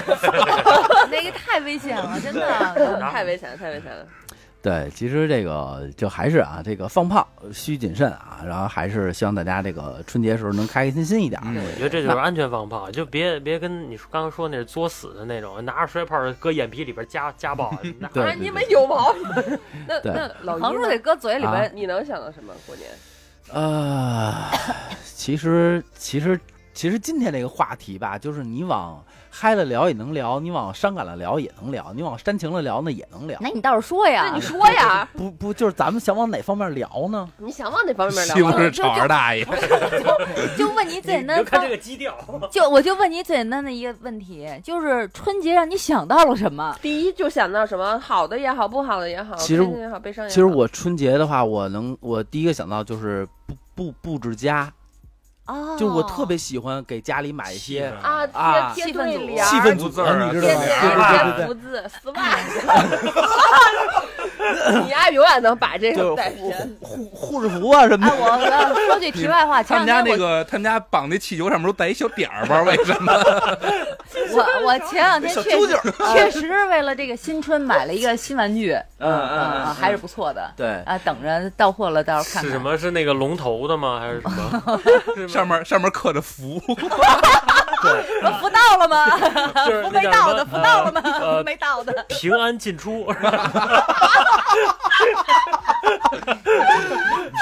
那个太危险了，真的。嗯太危险了，太危险了。对，其实这个就还是啊，这个放炮需谨慎啊，然后还是希望大家这个春节时候能开开心心一点儿。嗯我觉得这就是安全放炮，就别别跟你说刚刚说那是作死的那种，拿着摔炮搁眼皮里边夹夹爆，那 (laughs) 对啊，对你对们有毛 (laughs) 病。那对那啊老横竖一得呢，搁嘴里啊边，你能想到什么过年？呃，其实其实其实今天这个话题吧，就是你往嗨了聊也能聊，你往伤感了聊也能聊，你往煽情了聊呢也能聊。那你倒是说呀那你，说 (laughs) 呀，不不，就是咱们想往哪方面聊呢？你想往哪方面西聊红啊？柿炒二大爷，就问你你简就单看方这个基 (laughs) 调，啊就我就问你简单的一个问题，就是春节让你想到了什 (laughs) 么？第一就想到什么好的也好，不好的也好，其实开心也好，悲伤也好。其实我春节的话，我能我第一个想到就是布布布置家，哦，就我特别喜欢给家里买一些啊啊贴气贴氛对组联儿，气氛组哎字儿啊你知贴道吗？贴对对对对对 (laughs) 福字丝袜。你丫永远能把这就是个带偏。护护士服啊什么哎，的。我我说句题外话，他前们家两那天我个他们家绑那气球上面都带一小点儿，不知道为什么。我我前两天小确揪实揪确实是为了这个新春买了一个新玩具，嗯啊，还是不错的。对，啊，等着到货了，到时候看是看。什么？是那个龙头的吗？还是什 (laughs) 么？是上面上面刻着福，我福到了吗？就是不那没叫到什的，么不到了吗？ (laughs) 呃没到的，平安进出，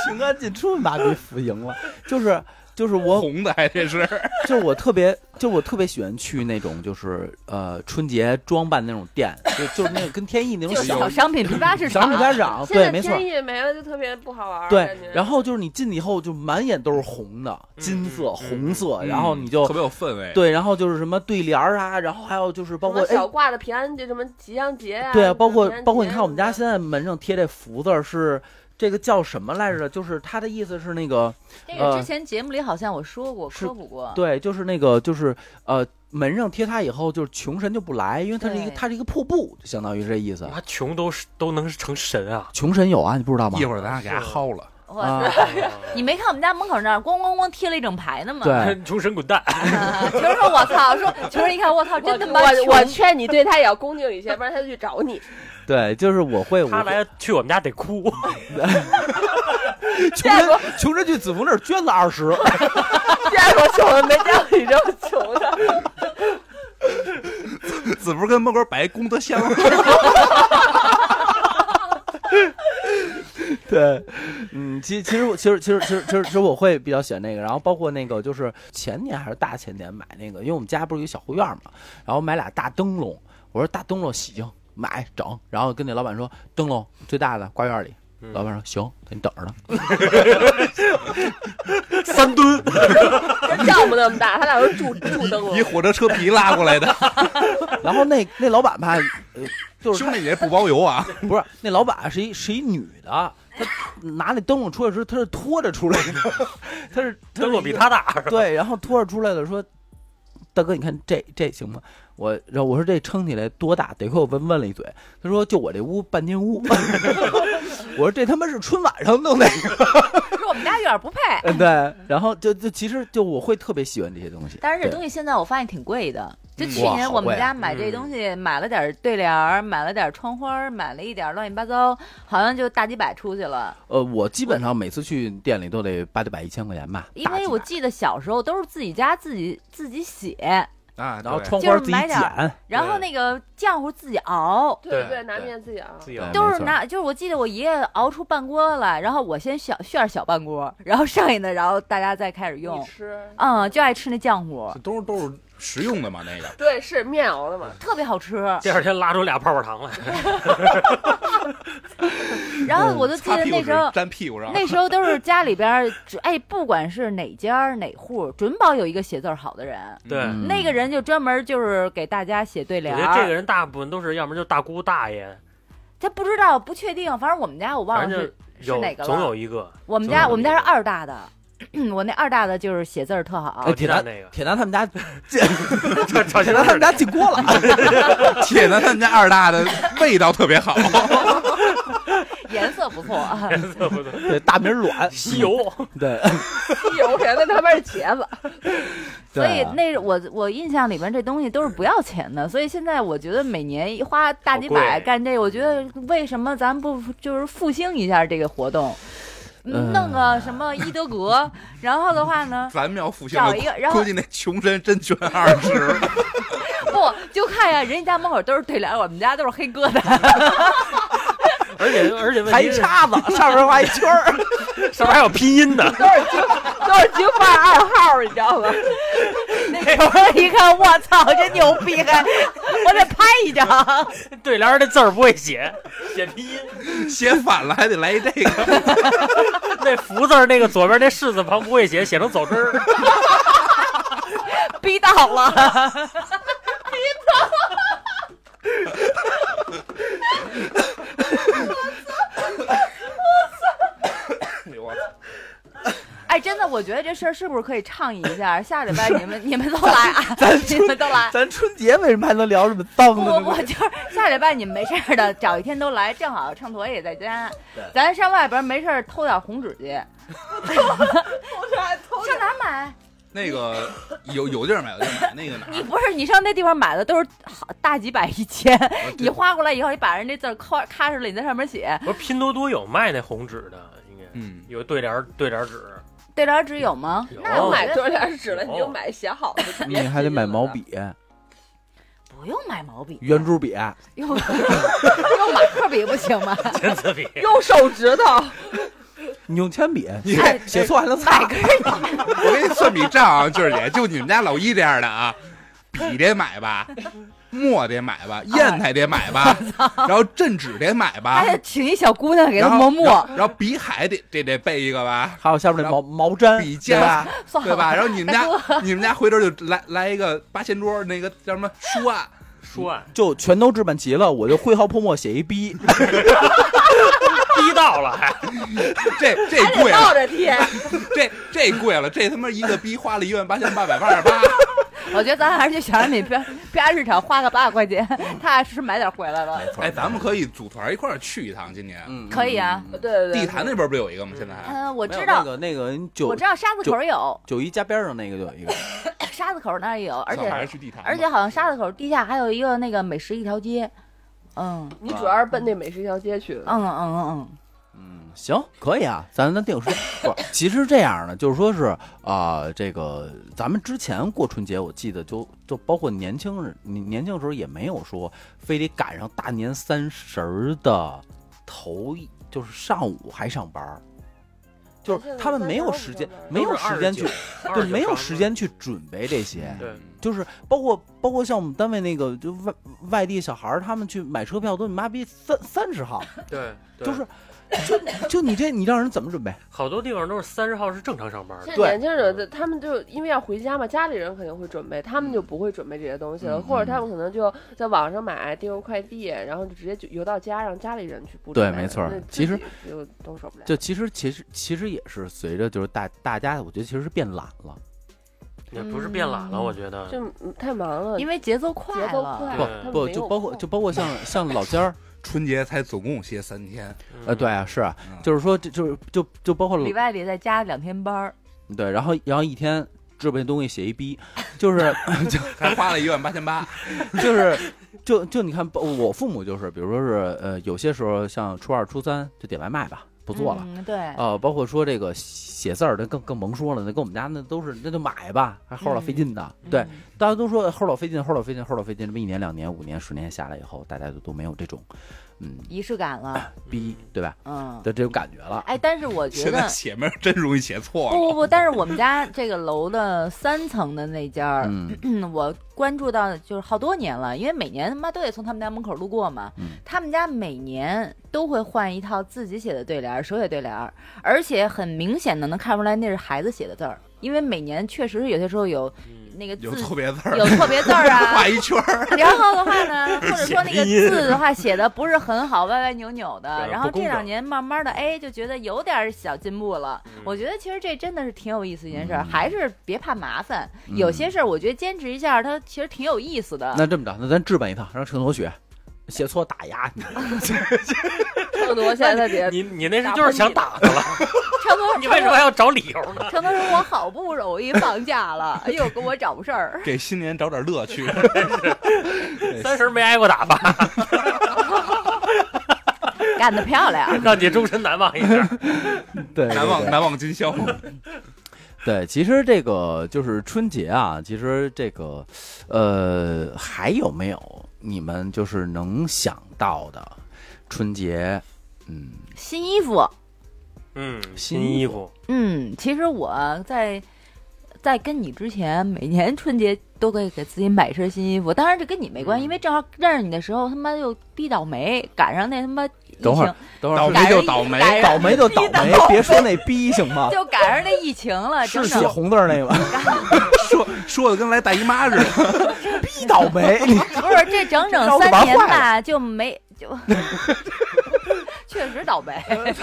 平安进出麻痹服赢 (laughs) 了，就是就是 (laughs) 我红的还得是。就是我特别就是我特别喜欢去那种就是呃春节装扮那种店，就就是那个跟天意那种就是小小商品批发市小场李。家长，现在啊对，没错天。意没了就特别不好玩儿。啊对感觉，然后就是你进去以后，就满眼都是红的、嗯金色、嗯红色，然后你就嗯特别有氛围。对，然后就是什么对联儿啊，然后还有就是包什括么哎小挂的平安节，什么吉祥节呀？对什啊，么包括平安节包括你看我们家什么现在门上贴这福字儿是这个叫什么来着？就是它的意思是那个这个呃之前节目里好像我说过，是科普过。对，就是那个就是呃门上贴它以后，就是穷神就不来，因为它是一个对它是一个瀑布，就相当于是这意思。妈穷都是都能成神啊！穷神有啊，你不知道吗一？会儿咱俩给他薅了，我啊，哎你没看我们家门口那儿咣咣咣贴了一整排呢吗？ (laughs) 对穷神滚哎蛋！啊球儿说：“我操！”说球儿一看，我操，真他妈我我我穷劝你对他也要恭敬一些，不然他就去找 (laughs) 你。对，就是我会，我他会来去我们家得哭，穷人穷人去子服那儿捐了二十，见过穷的没见过你这么穷 (laughs) 的，子不是跟门口摆一功德箱， (laughs) 对，嗯，其其实我其实其实其实其实其实我会比较喜欢那个，然后包括那个就是前年还是大前年买那个，因为我们家不是有一小后院嘛，然后买俩大灯笼，我说大灯笼行买整，然后跟那老板说灯笼最大的挂院里，嗯老板说行，你等着呢。三 (laughs) 吨，跟丈夫那么大，他俩都住住灯笼一。火车车皮拉过来的。然后那那老板吧，呃，就是兄弟，你这不包邮啊？他不是那老板是一是一女的，她拿那灯笼出来的时候，她是拖着出来的，她是她是灯笼一比个他大。 (laughs) 对，然后拖着出来了，说：“大哥，你看这这行吗？”我然后我说这撑起来多大？得亏我问问了一嘴，他说就我这屋半间屋。 (laughs) 我说这他妈是春晚上弄的， (laughs) 说我们家有点不配。对。然后就就其实就我会特别喜欢这些东西，但是这对东西现在我发现挺贵的。就嗯去哇年好我们贵啊家买这嗯东西，买了点儿对联儿，买了点儿窗花儿，买了一点儿乱七八糟，好像就大几百出去了。呃，我基本上每次去店里都得八九百一千块钱吧，因大为几我百记得小时候都是自己家自己自己写，啊，然后对窗就花是自己买点儿剪，然后对那个浆糊自己熬。对对对，拿面自己啊。自由对都没是错拿，就是我记得我爷爷熬出半锅来，然后我先小炫小半锅，然后剩下的，然后大家再开始你用，吃，嗯，就爱吃那浆糊，都是都是实用的嘛，那个。对，是面熬的 (laughs) 嘛。特别好吃。第二天拉出俩泡泡糖来，然后嗯我就记擦得屁股那时候是粘屁股上，那时候都是家里边儿，只哎，不管是哪家儿哪户，准保有一个写字儿好的人。对。嗯那个人就专门就是给大家写对联我儿。觉得这个人大部分都是，要么就大姑大爷，他不知道，不确定，反正我们家我忘反了正是就有是哪个了总有一个。我们总家有我们那家是个二大的， (clears throat) 我那二大的就是写字儿特好哎，知铁道男哦那个铁男他们家， (laughs) 炒炒鸡铁男他 (laughs) 蛋们家进锅了。 (laughs) 铁男他们家二大的味道特别好，颜色不错。啊色不错，对，大名卵，吸 (laughs) 油，对，有人在那边是茄子，所以对啊那我我印象里边这东西都是不要钱的，所以现在我觉得每年一花大几好百贵干这个，我觉得为什么咱不就是复兴一下这个活动，嗯弄个什么伊德格，然后的话呢，咱们要复兴找一个，然后估计那穷神真捐二十，不就看呀，人家家门口都是对联，我们家都是黑疙瘩，而且而且问还题一是叉子，上面画一圈儿。上面还有拼音 (laughs) 的，都是京都是啊京范儿暗号，你知道吗？那有人一看， (laughs) 我操，这牛逼还，我得拍一张。对联儿的字儿不会 (laughs) 写，写拼音。写反了还得来一这个，那福字儿那个左边那柿字旁不会写，写成走之 (laughs) 儿。逼到了，逼到了。哎，真的，我觉得这事儿是不是可以倡议一下？下礼拜你们你们都来啊，你们都来。 (laughs) 咱春节为什么还能聊这么脏不的不东不，西？就是下礼拜你们没事儿的，找一天都来，正好秤砣也在家，咱上外边没事儿偷点红纸去，上哪儿买？那个有有地儿买有地儿买，那个哪你儿？不是你上那地方买的都是好大几百一千，我你花过来以后，你把人这字儿咔咔哧了，你在上面写不是拼多多有卖那红纸的，应该嗯，有对联儿对联儿纸。对联纸有吗？有那我觉买得多点纸了，你就买写好 (laughs) 的。哦你还得买毛， (laughs) 笔、不用买毛笔，圆珠笔，用 (laughs) 用马克笔不行吗？签字笔，用手指头。你用铅笔，你哎写错还能擦买。根我给你算笔账啊， (laughs) 娟儿姐，就你们家老一这样的啊，笔得买吧，墨得买吧，砚台得买吧，然后镇纸得买吧还，得哎请一小姑娘给他然后然磨墨后，然后笔海得这得备一个吧，还有下面那毛毛毡，笔嗯对吧架？算对了吧？然后你们家你们家回头就来来一个八仙桌，那个叫什么书案，说啊，就全都置办齐了，我就挥毫泼墨写一逼，逼到了还。这这还贵啊得倒了，(laughs) 着贴，这这贵了，这他妈一个逼花了一万八千八百八十八，我觉得咱还是去小商品啪啪市场花个八百块钱，踏踏实实买点回来吧。哎，咱们可以组团一块儿去一趟，今年。嗯可以啊对对对，地坛那边不是有一个吗？现在还嗯，我我知那道，个那个我九知道沙子口有，九一家边上那个就有一个，沙子口那儿也有，呃而算了还且是去地坛吧，而且好像沙子口地下还有一个那个美食一条街，嗯你主要是奔那美食一条街去哦的。嗯嗯嗯嗯，嗯，行，可以啊，咱咱定时间。不是，其实这样呢，就是说是啊、这个咱们之前过春节，我记得就就包括年轻人，年年轻时候也没有说非得赶上大年三十儿的头一，就是上午还上班儿，就是他们没有时间， (laughs) 没有时间去，对，没有时间去准备这嗯些。对就是包括包括像我们单位那个就外外地小孩儿，他们去买车票都你妈逼三三十号，对，对就是就就你这你让人怎么准备？好多地方都是三十号是正常上班的现。对在年轻人的他们就因为要回家嘛，家里人肯定会准备，他们就不会准备这些东西了，嗯或者他们可能就在网上买订个快递，然后就直接就邮到家，让家里人去布置。对没错那其实自己就都受不了。就其实其实其实也是随着就是大大家，我觉得其实是变懒了。也不是变懒了，我觉得。就嗯太忙了，因为为节奏快节奏了，快，对他们不没有就包括空就包括像像老家儿，春节才总共歇三天，呃，对，啊是啊嗯，就是说就就是就就包括里外里再加两天班儿，对，然后然后一天置备东西写一逼，就是还花了一万八千 (laughs) 八，就是就就你看包我父母就是，比如说是呃有些时候像初二初三就点外卖吧，不不做了。嗯，对，呃，包括说这个写字儿，那更更甭说了，那跟我们家那都是那就买吧，还齁老费劲的。嗯对，大家都说齁老费劲，齁老费劲，齁老费劲，这么一年、两年、五年、十年下来以后，大家就都没有这种，嗯，仪式感 (coughs) 了，逼对吧嗯，的这种感觉了。哎，但是我觉现得在写名真容易写错不了。不不，但是我们家这个楼的三层的那家儿，嗯，我关注到的就是好多年了，因为每年他妈都得从他们家门口路过嘛。嗯他们家每年都会换一套自己写的对联儿，手写对联儿，而且很明显的能看出来那是孩子写的字儿，因为每年确实是有些时候有嗯那个字有错别字儿有，错别字儿 (laughs) 啊画，一圈儿， (laughs) 然后的话 (laughs) 呢，或者说那个写拼音字的话写的不是很好， (laughs) 歪歪扭扭的。对然后不这工整两年慢慢的，哎，就觉得有点小进步了。嗯我觉得其实这真的是挺有意思一件事儿，还是别怕麻烦。嗯有些事儿我觉得坚持一下，它其实挺有意思的。那这么着，那咱置办一套，让陈同学写错打压你。(laughs) 更多现在他别你你那是就是想打他了，成哥，你为什么还要找理由呢？成哥说：“我好不容易放假了，哎呦，给我找 (laughs) 事儿。给新年找点乐趣。三十没挨过打 (laughs) 吧，”干得漂亮！让你终身难忘一下。对，难忘难忘今宵。对，其实这个就是春节啊，其实这个，呃，还有没有你们就是能想到的春节？嗯， (laughs) 新衣服，嗯， (laughs) 新新衣衣服，嗯，其实我在在跟你之前，每年春节都会给自己买一身新衣服。当然这跟你没关系，嗯因为正好认识你的时候，他妈又逼倒霉，赶上那他妈疫情，等会儿等会倒儿霉赶就上疫倒霉赶上倒霉就 (laughs) 倒霉，别说那逼行吗？就赶上那疫情了，是整写整红字儿那个说说的跟来大姨妈似的，逼倒霉，不是这整 (laughs) 整三年吧，就没就。确实倒霉， (laughs)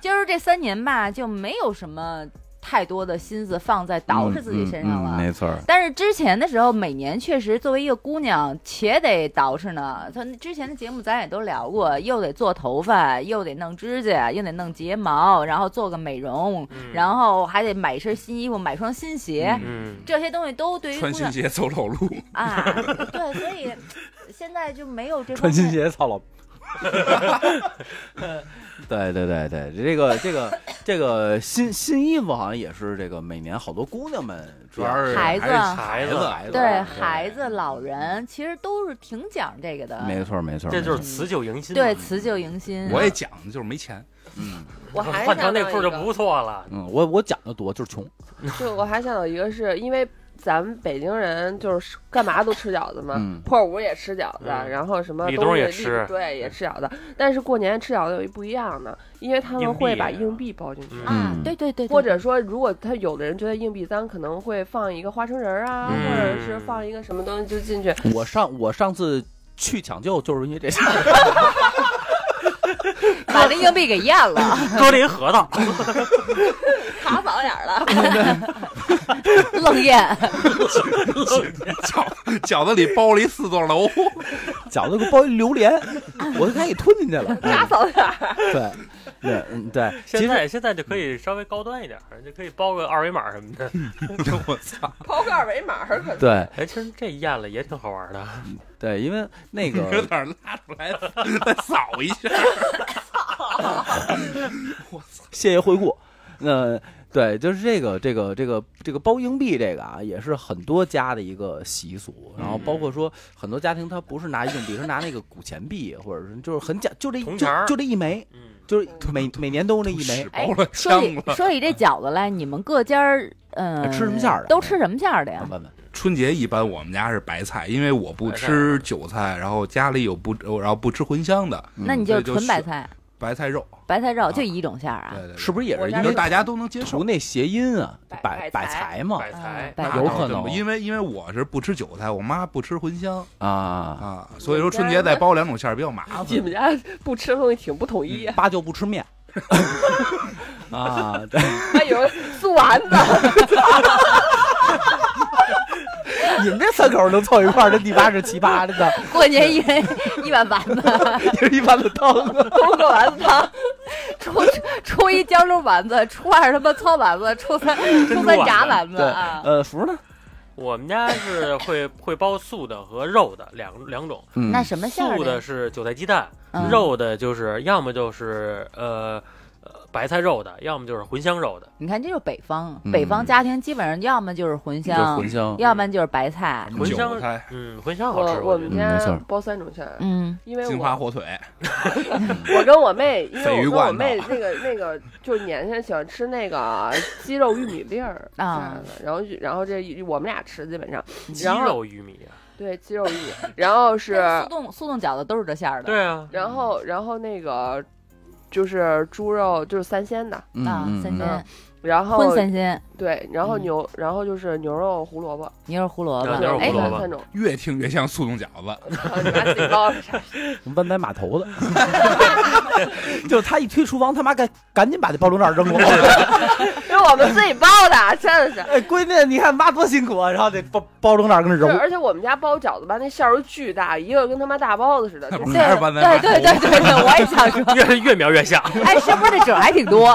就是这三年吧，就没有什么太多的心思放在捯饬自己身上了。嗯嗯嗯没错儿。但是之前的时候，每年确实作为一个姑娘，且得捯饬呢。她之前的节目咱也都聊过，又得做头发，又得弄指甲，又得弄睫毛，然后做个美容，嗯然后还得买一身新衣服，买双新鞋，嗯，这些东西都对于姑穿新娘鞋走老路，啊，对，所以现在就没有这方穿新面。鞋操老。 (laughs) 对对对对，这个这个这个新新衣服好像也是这个每年好多姑娘们比主较要是孩子啊还是孩嗯孩子啊孩子，对孩子、老人，其实都是挺讲这个的。没错儿没错儿，这就没错儿是辞旧迎新嘛。对，辞旧迎新。我也讲的就是没钱，嗯我还换条想到内裤一就个不错 (laughs) 了。嗯，我我讲的多就是穷，就我还想到一个是，因为咱们北京人就是干嘛都吃饺子嘛，嗯破五也吃饺子，嗯然后什么立都冬是也立吃对，也吃饺子。但是过年吃饺子有一不一样的，因为他们硬币啊会把也硬币包进去。嗯啊嗯，对对对，对或者说，如果他有的人觉得硬币脏，可能会放一个花生仁儿啊，嗯或者是放一个什么东西就进去。我上我上次去抢救就是因为这些，把那硬币给咽了，搁了一核桃，卡嗓眼儿了， (laughs) 愣咽。饺饺子里包了一四座楼， (laughs) 饺子给我包一榴莲，我都开始给吞进去了。打扫点儿，对，对，嗯对， (laughs) 其现实在现在就可以稍微高端一点儿，就可以包个二维码什么的。嗯我操！抛个二维码儿，可对哎，其实这咽了也挺好玩的，对，因为那 (laughs) 有个点儿拉出来再扫一下，谢谢惠顾，那。对，就是这个这个这个这个包硬币这个啊，也是很多家的一个习俗。然后包嗯括说，很多家庭他不是拿硬币，是拿那个古钱币，或者是就是很讲，就这铜就钱儿就这一枚，嗯，就是每每年都那一枚屎。包了哎说枪起了。说起这饺子来，你们各家儿嗯吃什么馅儿的都吃什么馅儿的呀啊问？问春节一般我们家是白菜，因为我不吃韭菜，然后家里有不然后不吃茴香的嗯那你所就以就纯白是菜，白菜肉，白菜肉啊就一种馅儿啊对。对对，是不是也我是家因就为是大家都能接受图。那谐音啊，百百百财财嘛百财嗯百那财有倒可是能因为因为我是不吃韭菜，我妈不吃茴香啊。啊，所以说春节再包两种馅儿比较麻你烦。们家不吃东西挺不统一啊，八舅不吃 (laughs) 面啊，对，还有素丸子，嗯 (laughs) 你们这三口能凑一块儿，这第八是奇葩，真的，过年一人一碗丸子， (laughs) 这 (laughs) 是一般的汤啊。勾个丸子汤，初初一江州丸子，初二他妈糙丸子，初三初三炸丸子对，啊。呃，福呢？我们家是会会包素的和肉的两两种，嗯那什么馅儿素的的呀？是韭菜鸡蛋，嗯肉的就是要么就是呃呃白菜肉的，要么就是茴香肉的。你看，这就是北方，嗯北方家庭基本上要么就是茴香，香要不然就是白菜。茴香韭菜、嗯，茴香好吃，我我觉们得。嗯家没错包三种馅儿，嗯，因为金我华火腿，我跟我妹，因鲱鱼为我罐跟我头妹那个那个，就是年轻人喜欢吃那个鸡肉玉米粒儿啊这样的然后然后这我们俩吃基本上，鸡然后肉玉米啊，对鸡肉玉米，然后 (laughs) 是，那速冻速冻饺子都是这馅儿的。对啊，然后然后那个就是猪肉就是三鲜的，啊，三鲜嗯然后荤三鲜，对，然后嗯牛，然后就是牛肉、胡萝卜，牛肉胡萝卜啊，牛肉胡哎哎，萝卜三种。越听越像速冻饺子。操你妈自己包的啥？ (laughs) 湾仔码头的， (laughs) 就是他一推厨房，他妈赶赶紧把那包装袋扔了。因为我们自己包的，真的是。 (laughs) 哎，关键你看妈多辛苦啊，然后得包包装袋跟那揉是，。而且我们家包饺子吧，那馅儿都巨大，一个跟他妈大包子似的。那就不是是还是湾仔对码对头对对对，我也想 (laughs) (laughs) 说，越越描越像。哎，是不是这褶还挺多？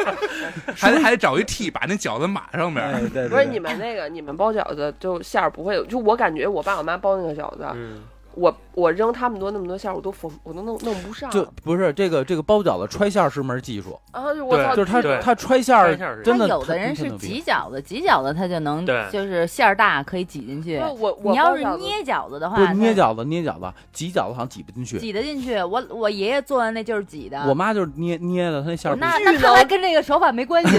(laughs) 还得还得找一屉把那饺子码上面。 (laughs) 哎，对对不是对 (laughs) 你们那个，你们包饺子就馅儿不会有，就我感觉我爸我妈包那个饺子，啊嗯，我我扔他们多那么多馅儿，我都缝，我都弄弄不上。就不是这个这个包饺子揣馅儿是门技术，然后就我对操，就是他对他哦揣馅儿揣馅儿是 (laughs) 真的他有他的人真是牛逼挤饺子，挤饺子他就能，对就是馅儿大可以挤进去不。是我我你要包是饺子捏饺子的不话，是捏它饺子捏饺子挤饺子好像啊挤不进去，挤得进去。我我爷爷做完那就是挤的。我妈就是捏捏的，她那馅儿不那巨那看来能跟这个手法没关系。 (laughs)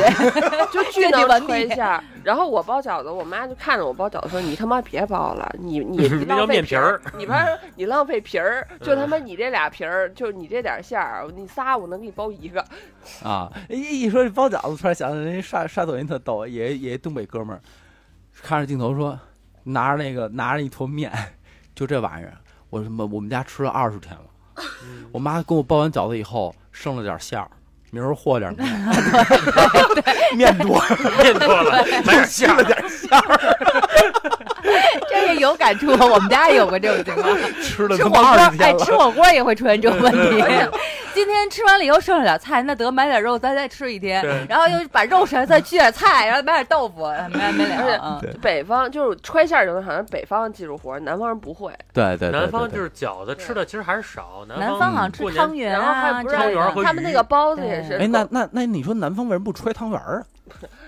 就巨遍地能完吹地馅儿。然后我包饺子，我妈就看着我包饺子说：“你他妈别包了，你 (laughs) 你你浪要费面皮皮儿儿，你不是你浪费皮儿，就他妈你这俩皮儿，就你这点馅儿，你仨我能给你包 (laughs) 一个。啊，一一说这包饺子，突然想起人家刷刷抖音特逗，也也东北哥们儿，看着镜头说，拿着那个拿着一坨面，就这玩意儿，我他妈我们家吃了二十天了，嗯我妈给我包完饺子以后剩了点馅儿，明儿和 (laughs) 点面，面多了面多了，买点馅儿。点馅儿，这个有感触，我们家也有过这种情况。吃了吃他火妈锅二十，哎天，了吃。火锅也会出现这种问题。 (laughs) 今天吃完了以后剩下点菜，那得买点肉，咱再吃一天对，然后又把肉剩下再去点菜，然后买点豆腐，没完没而且了啊。北方就是揣馅儿就能，好像北方技术活儿，南方人不会。对对对，南方就是是饺子吃的其实还是少，南方方好像吃过年汤圆然后啊，还不之让汤类圆儿的和他们那个包子对也是哎，那狗那那你说南方为什么不揣汤圆儿？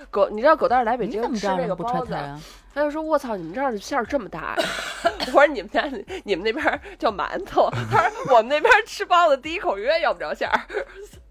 狗，你知道狗蛋儿来北你怎京么知吃道那人个不揣包子菜，啊？他就说：“我操，你们这儿的馅儿这么大呀！”我说：“你们家你们那边儿叫馒头。”他说：“我们那边儿吃包子第一口永远要不着馅儿，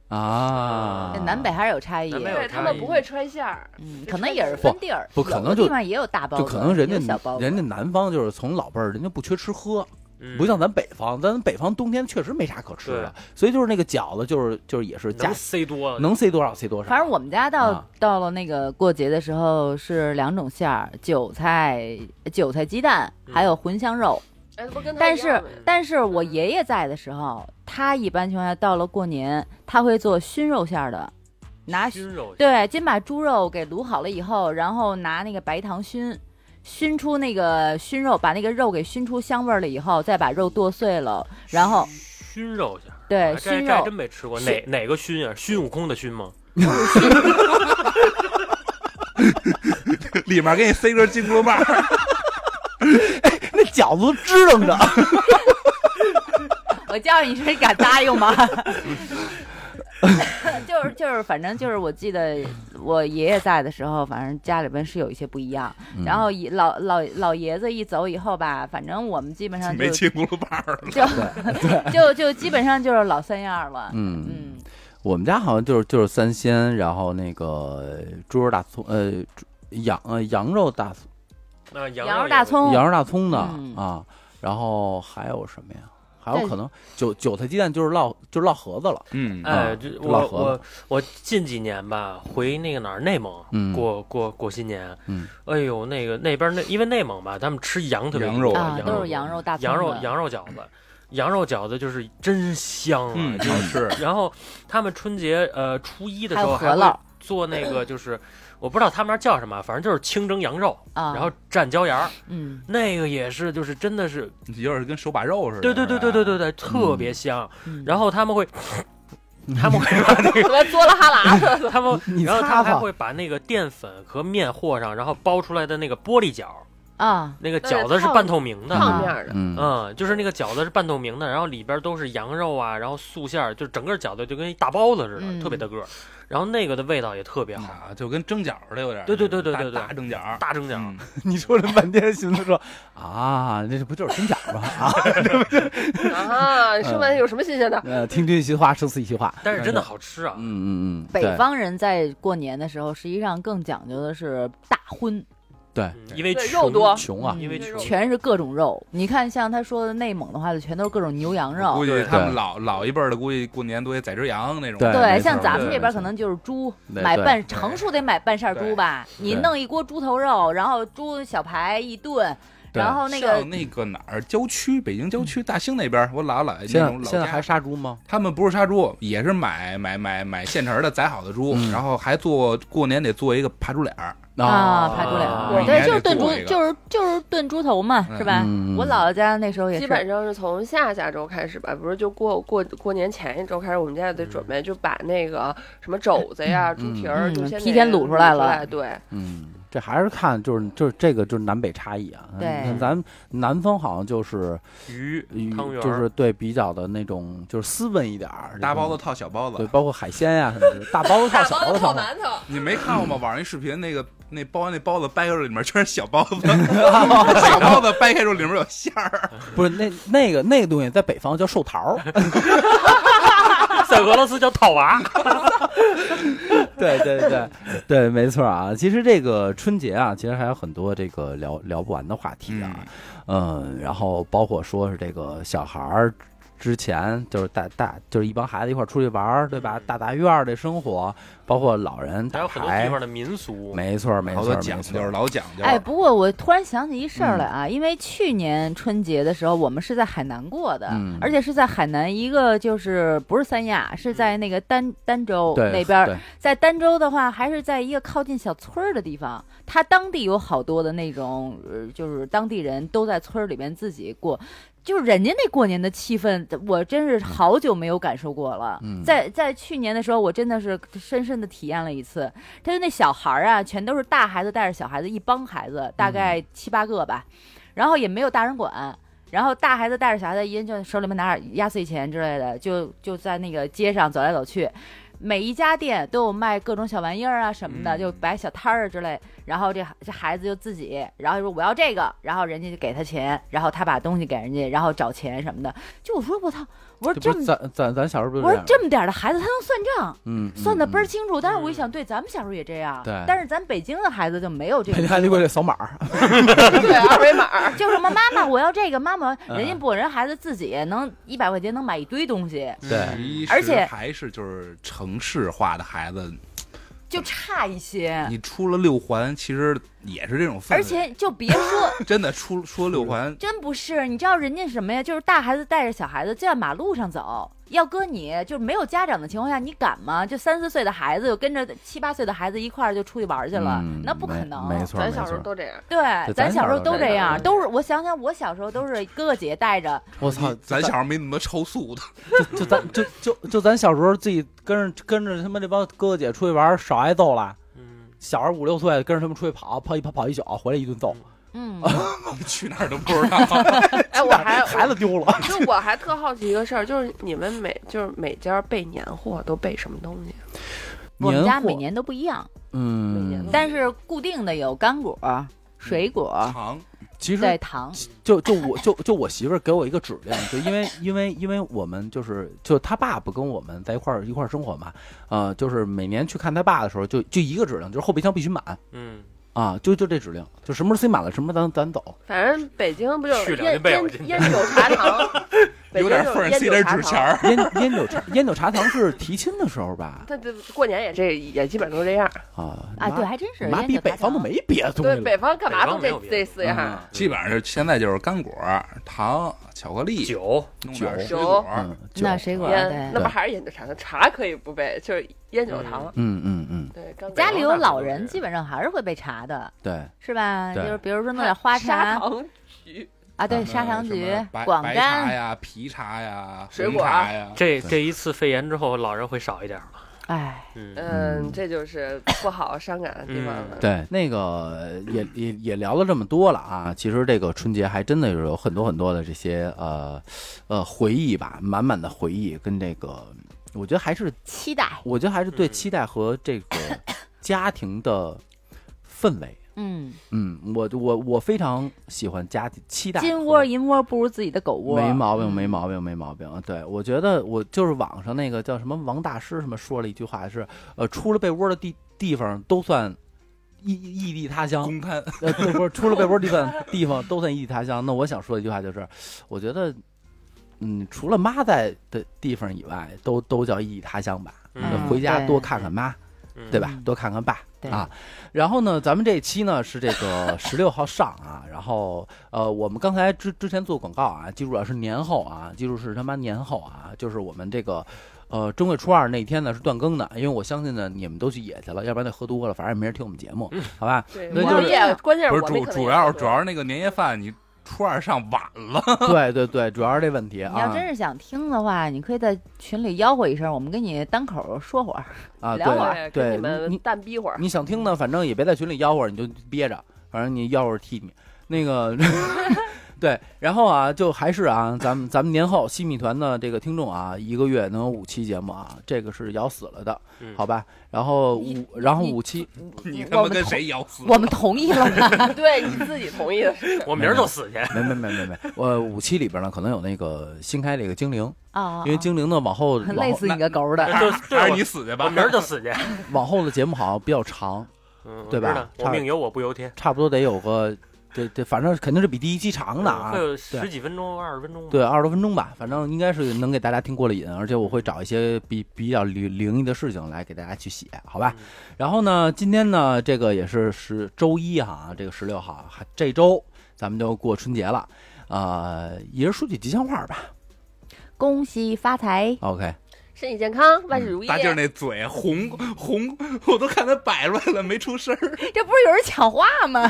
啊啊这，哎南北还是有差异。南北有对他差们异不会揣馅儿。”嗯，这可差能异也是不分地儿，不可有的能就地方也有大包子，就可能人有小包家子人家南方就是从老辈儿，人家不缺吃喝，嗯不像咱北方，咱北方冬天确实没啥可吃的，所以就是那个饺子，就是就是也是加能塞多了，能塞多少塞多少。反正我们家到、啊到了那个过节的时候是两种馅儿，韭菜、韭菜鸡蛋，嗯还有茴香肉。哎，不跟他但一样是吗但是我爷爷在的时候，他一般情况下到了过年，他会做熏肉馅儿的，拿熏肉对，先把猪肉给卤好了以后，然后拿那个白糖熏，熏出那个熏肉，把那个肉给熏出香味儿了以后，再把肉剁碎了，然后熏肉馅儿。对啊这熏这还肉真没吃过，熏哪哪个熏啊？孙悟空的熏吗？里面给你塞根金箍棒儿，那饺子支棱 (laughs) 着，我叫你是你敢答应 (laughs) 吗？ (laughs) 就是就是，反正就是，我记得我爷爷在的时候，反正家里边是有一些不一样。嗯然后一老老老爷子一走以后吧，反正我们基本上就没金箍棒儿了。就 (laughs) 就就基本上就是老三样了。嗯，嗯，我们家好像就是就是三鲜，然后那个猪肉大葱，呃，猪羊呃羊肉大葱啊，羊羊肉肉大也会葱，羊肉大葱的哦嗯啊，然后还有什么呀？还有对可能韭韭菜鸡蛋就是烙就是烙盒子了，嗯哎，啊这就老我盒子我我近几年吧，回那个哪儿内蒙嗯过过过新年，嗯，哎呦那个那边儿那因为内蒙吧，他们吃羊特别羊多肉啊，都是羊羊肉大葱羊肉的羊肉饺子，羊肉饺子就是真香啊！嗯，就好吃。然后他们春节呃初一的时还有候饸还饹会做那个就是我不知道他们那儿叫什么，反正就是清蒸羊肉，啊，然后蘸椒盐儿，嗯那个也是就是真的是嗯有点跟手把肉似的。对对对对对对是吧，对，特别香。嗯，然后他们会， (laughs) 他们会 (laughs) 把那个怎么嘬了哈 (laughs) 喇子？他们 (laughs) 你然后擦他还擦，会把那个淀粉和面和上，然后包出来的那个玻璃饺，啊，那个那得饺子是烫半透明的。烫面儿的，嗯嗯，就是那个饺子是半透明的，然后里边都是羊肉啊，然后素馅儿，就整个饺子就跟一大包子似的，嗯特别大个儿。然后那个的味道也特别好，嗯啊，就跟蒸饺似的，有点儿。对对对对对对大大蒸饺。大蒸饺。嗯你说这半天，寻思说啊，这不就是真假吗？ (laughs) 啊，嗯啊，说完有什么新鲜的？呃，听君一席话，胜似一席话。但是真的好吃啊！嗯嗯嗯，北对方人在过年的时候，实际上更讲究的是大婚，对嗯因为对穷肉多，穷啊，嗯因为肉全是各种肉。你看，像他说的内蒙的话，就全都是各种牛羊估肉。计他们对老老一辈儿的，估计过年都得宰只羊那种。对对，哎没错像咱们对这没边错可能就是猪，对买对半成数得买半扇对猪吧，你对弄一锅猪头肉，然后猪小排一炖，对然后那个像那个哪儿郊区，北京郊嗯区大兴那边儿，我姥姥姥爷现那在种老现在还家，杀猪吗？他们不是杀猪，也是买买买买现成的宰好的猪，嗯然后还做过年得做一个扒猪脸儿，哦啊排骨脸啊儿，每对，年就是得炖猪做一，个就是就是炖猪头嘛，是吧嗯？我姥姥家那时候也基是，本上是从下下周开始吧，不是就过过过年前一周开始，我们家也得准备就把那个什么肘子呀、猪蹄儿嗯就先提前卤卤出来了对，嗯，这还是看就是就是这个就是南北差异啊。对你看咱们南方好像就是鱼与汤圆儿就是对比较的那种就是斯文一点儿，大包子子套小包对，子。包括海鲜呀、什么的，大包子套大小包包子子泡套。馒头，你没看嗯过吗？网上一视频，那个那包那包子掰开了，里面全是小包 (laughs) 子，小包子掰开之后里面有馅儿。不是那那个那个东西在北方叫寿桃儿，在俄罗斯叫套娃，对对对对，没错啊。其实这个春节啊，其实还有很多这个聊聊不完的话题啊。嗯，然后包括说是这个小孩儿之前就是大大就是一帮孩子一块儿出去玩儿，对吧嗯？大杂院儿的生活，包括老人还打有很多地牌方，的民俗，没错没好错多没讲错究，。老讲究。哎，不过我突然想起一事儿来嗯啊，因为去年春节的时候，我们是在海南过的，嗯而且是在海南一个就是不是三亚，是在那个儋儋嗯州对那边儿。对在儋州的话，还是在一个靠近小村儿的地方，它当地有好多的那种，呃，就是当地人都在村儿里边自己过。就是人家那过年的气氛，我真是好久没有感受过了。嗯在在去年的时候，我真的是深深的体验了一次。他就那小孩儿啊，全都是大孩子带着小孩子，一帮孩子，大嗯概七八个吧，然后也没有大人管。然后大孩子带着小孩子，一人就手里面拿点压岁钱之类的，就就在那个街上走来走去。每一家店都有卖各种小玩意儿啊什么的，嗯就摆小摊儿之类。然后这这孩子就自己，然后说我要这个，然后人家就给他钱，然后他把东西给人家，然后找钱什么的。就我说我操，我说这这不啊是么咱咱咱小时候不是我说样这么点儿的孩子他能算账，嗯嗯算的倍儿嗯清楚。但是我一想，对，咱们小时候也这样，对但是咱北京的孩子就没有这北京个，还得 (laughs) 过来扫码儿， (laughs) 对二维码， (laughs) 就是什么妈妈我要这个，妈妈嗯人家不，人孩子自己能一百块钱能买一堆东西，对其实而且还是就是城市化的孩子，就差一些。嗯你出了六环，其实也是这种氛围。而且就别说， (laughs) (coughs) 真的出出了六环，真不是，你知道人家什么呀？就是大孩子带着小孩子就在马路上走，要搁你就是没有家长的情况下，你敢吗？就三四岁的孩子就跟着七八岁的孩子一块儿就出去玩去了，嗯那不可没能。没错，咱没小时候错都这 (laughs) 样。对，咱咱小小时时候候都这这样，样都是我想想，我小时候都是哥哥姐姐带着，我操，咱小时候没那么多超速的， (laughs) (laughs) 就咱就就就咱小时候自己跟着跟着他妈这帮哥哥姐出去玩儿，少挨揍了。嗯，小孩五六岁跟着他们出去跑，跑一跑跑一宿，回来一顿揍。嗯，去哪儿都不知道。哎，我还孩子 (laughs) 丢了，就我还特好奇一个事儿，就是你们每就是每家备年货都备什么东西？我们家货每年都不一样，每年嗯都，但是固定的有干果、水果、糖其对实糖，就就我就就我媳妇儿给我一个指令，就因为因为因为我们就是就他爸不跟我们在一块儿一块儿生活嘛，呃，就是每年去看他爸的时候，就就一个指令，就是后备箱必须满嗯，啊，就就这指令，就什么时候塞满了，什么时候咱咱走。反正北京不就去是两烟斤备我烟今烟酒茶糖，北 (laughs) 有京点就缝儿，烟塞点酒茶纸钱糖。儿。烟烟酒茶烟酒茶糖是提亲的时候吧？他这过年也这也基本都这样，啊啊，妈对，还真是。妈烟比酒北茶方都糖没别的东对西，了。北方干嘛都北方这没有别的这四样。嗯基本上是现在就是干果、糖、巧克力，酒，弄点酒水果。嗯，酒那水果烟，那对。不还是烟酒茶糖？茶可以不备，就是烟酒糖。嗯嗯嗯，对，刚家里有老人，是基本上还是会备查的，对，是吧？就对是比如说弄点花 (laughs) 砂茶糖橘，啊，对，嗯砂糖橘什么、白广白茶柑，呀、皮茶呀、水红果茶呀，这对这一次肺炎之后，老人会少一点了，哎，嗯，嗯，嗯这就是不好伤感的地方了。对，那个也也也聊了这么多了啊，其实这个春节还真的是有很多很多的这些呃呃回忆吧，满满的回忆跟这个，我觉得还是期待，我觉得还是对嗯期待和这个家庭的氛围。嗯，嗯，我我我非常喜欢家庭期待金和窝银窝不如自己的狗窝，嗯没毛病，没病。毛病，没毛病。对我觉得我就是网上那个叫什么王大师什么说了一句话是，呃，出了被窝的地地方都算异异地他乡，公摊，呃，对，不是出了贝波地方地方都算异地他乡。那我想说一句话就是，我觉得，嗯，除了妈在的地方以外，都都叫异地他乡吧。嗯回家对多看看妈，嗯对吧嗯？多看看爸对啊。然后呢，咱们这期呢是这个 (laughs) 十六号上啊。然后呃，我们刚才之之前做广告啊，记住了是年后啊，记住是他妈年后啊，就是我们这个。呃，正月初二那天呢是断更的，因为我相信呢你们都去野去了，要不然那喝多了，反正也没人听我们节目，好吧？对，那我就是们也关键不是是我们主可能也主要不主要是那个年夜饭你初二上晚了，对对对，主要是这问题你要啊真是想听的话，你可以在群里吆喝一声，我们跟你单口说会儿。啊，聊会对，对对，跟你们你淡逼会儿。你想听呢，反正也别在群里吆喝，你就憋着，反正你吆喝替你那个。 (laughs) 对，然后啊，就还是啊，咱们咱们年后西米团的这个听众啊，一个月能有五期节目啊，这个是咬死了的，嗯好吧？然后你五，然后你五期，你他我妈们跟同谁咬死？我们同意 (laughs) 了吗？啊对你自己同意的， (laughs) (laughs) 我明儿就死去。没没没没没，我五期里边呢，可能有那个新开这个精灵，啊，因为精灵呢往后往累后死你个 (laughs) 狗的！就还是对我你死去吧我。 (laughs) 明儿就死去， (laughs) 往后的节目好像比较长，嗯，对吧我知道差我不命由我不由天，差不多得有个这这，反正肯定是比第一期长的啊会，有对十几分钟、二十分钟吧。对，二十多分钟吧，反正应该是能给大家听过了瘾，而且我会找一些比比较灵灵异的事情来给大家去写，好吧？嗯然后呢，今天呢，这个也是十周一哈，这个十六号，还这周咱们就过春节了，呃，也是说句吉祥话吧恭喜发财！ ，OK，身体健康，万事如意。大劲儿那嘴红红，我都看他摆出来了，没出声 (laughs) 儿这不是有人抢话吗？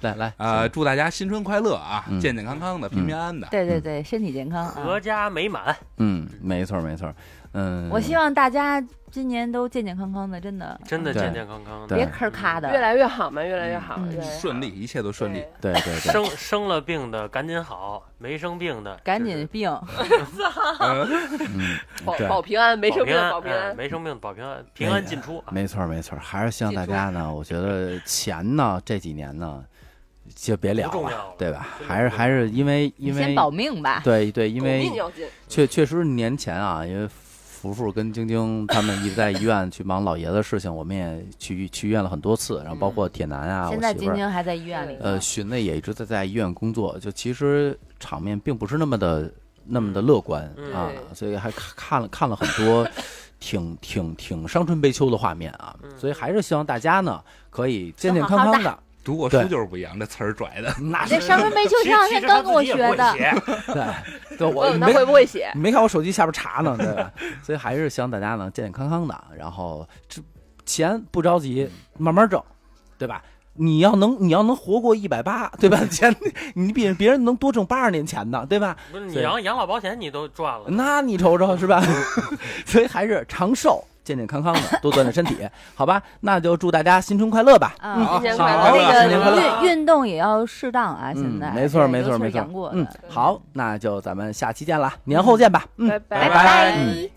来来啊、祝大家新春快乐啊，嗯健健康康的，平平安安的。 (laughs) 对对对，身体健康啊阖！家美满，嗯，没错没错，嗯，我希望大家今年都健健康康的，真的真的对健健康康的。对别吭儿咔的。越来越好嘛，越来越好，嗯越来越好顺利，一切都顺利。对对对对，生生了病的赶紧好，没生病的赶就紧是病，嗯，嗯，保对。保平安，没生保病平安，保平安嗯。没生病保平安，平安进出啊。没错儿没错儿，还是希望大家呢，我觉得钱呢这几年呢就别聊不重了，要了对吧？真的还不是重还是因为你因先为保命吧。对对，因狗为命要紧，确确实是年前啊，因为福福跟晶晶他们一直在医院去忙老爷子的事情，我们也去去医院了很多次，然后包括铁男啊，嗯现我在媳妇晶儿，晶还在医院里呢。呃，寻呢也一直在在医院工作，就其实场面并不是那么的那么的乐观嗯啊，对所以还看看了看了很 (laughs) 多挺挺挺伤春悲秋的画面啊，嗯所以还是希望大家呢可以健都健好康好康的的，读过书就是不一样，这词儿拽的。那你 (laughs) 是这伤春悲秋其前实两天刚跟我学的，， (laughs) 对，对我问问他没嗯会不会写。你 (laughs) 没看我手机下边查呢，对 (laughs) 吧？所以还是希望大家能健健康康的，然后这钱不着急，慢慢挣，对吧？你要能你要能活过一百八，对吧？ (laughs) 钱你比别人能多挣八十年钱呢，对吧？不是你对养养老保险你都赚了，那你瞅瞅是吧？ (laughs) 所以还是长寿。健健康康的，多锻炼身体， (laughs) 好吧？那就祝大家新春快乐嗯吧！啊，新年好快好乐，好那新年快乐个运运动也要适当啊，现嗯在，没错，没尤错，其是没错杨过。嗯的，好，那就咱们下期见啦，年后见吧。嗯，拜拜拜拜拜。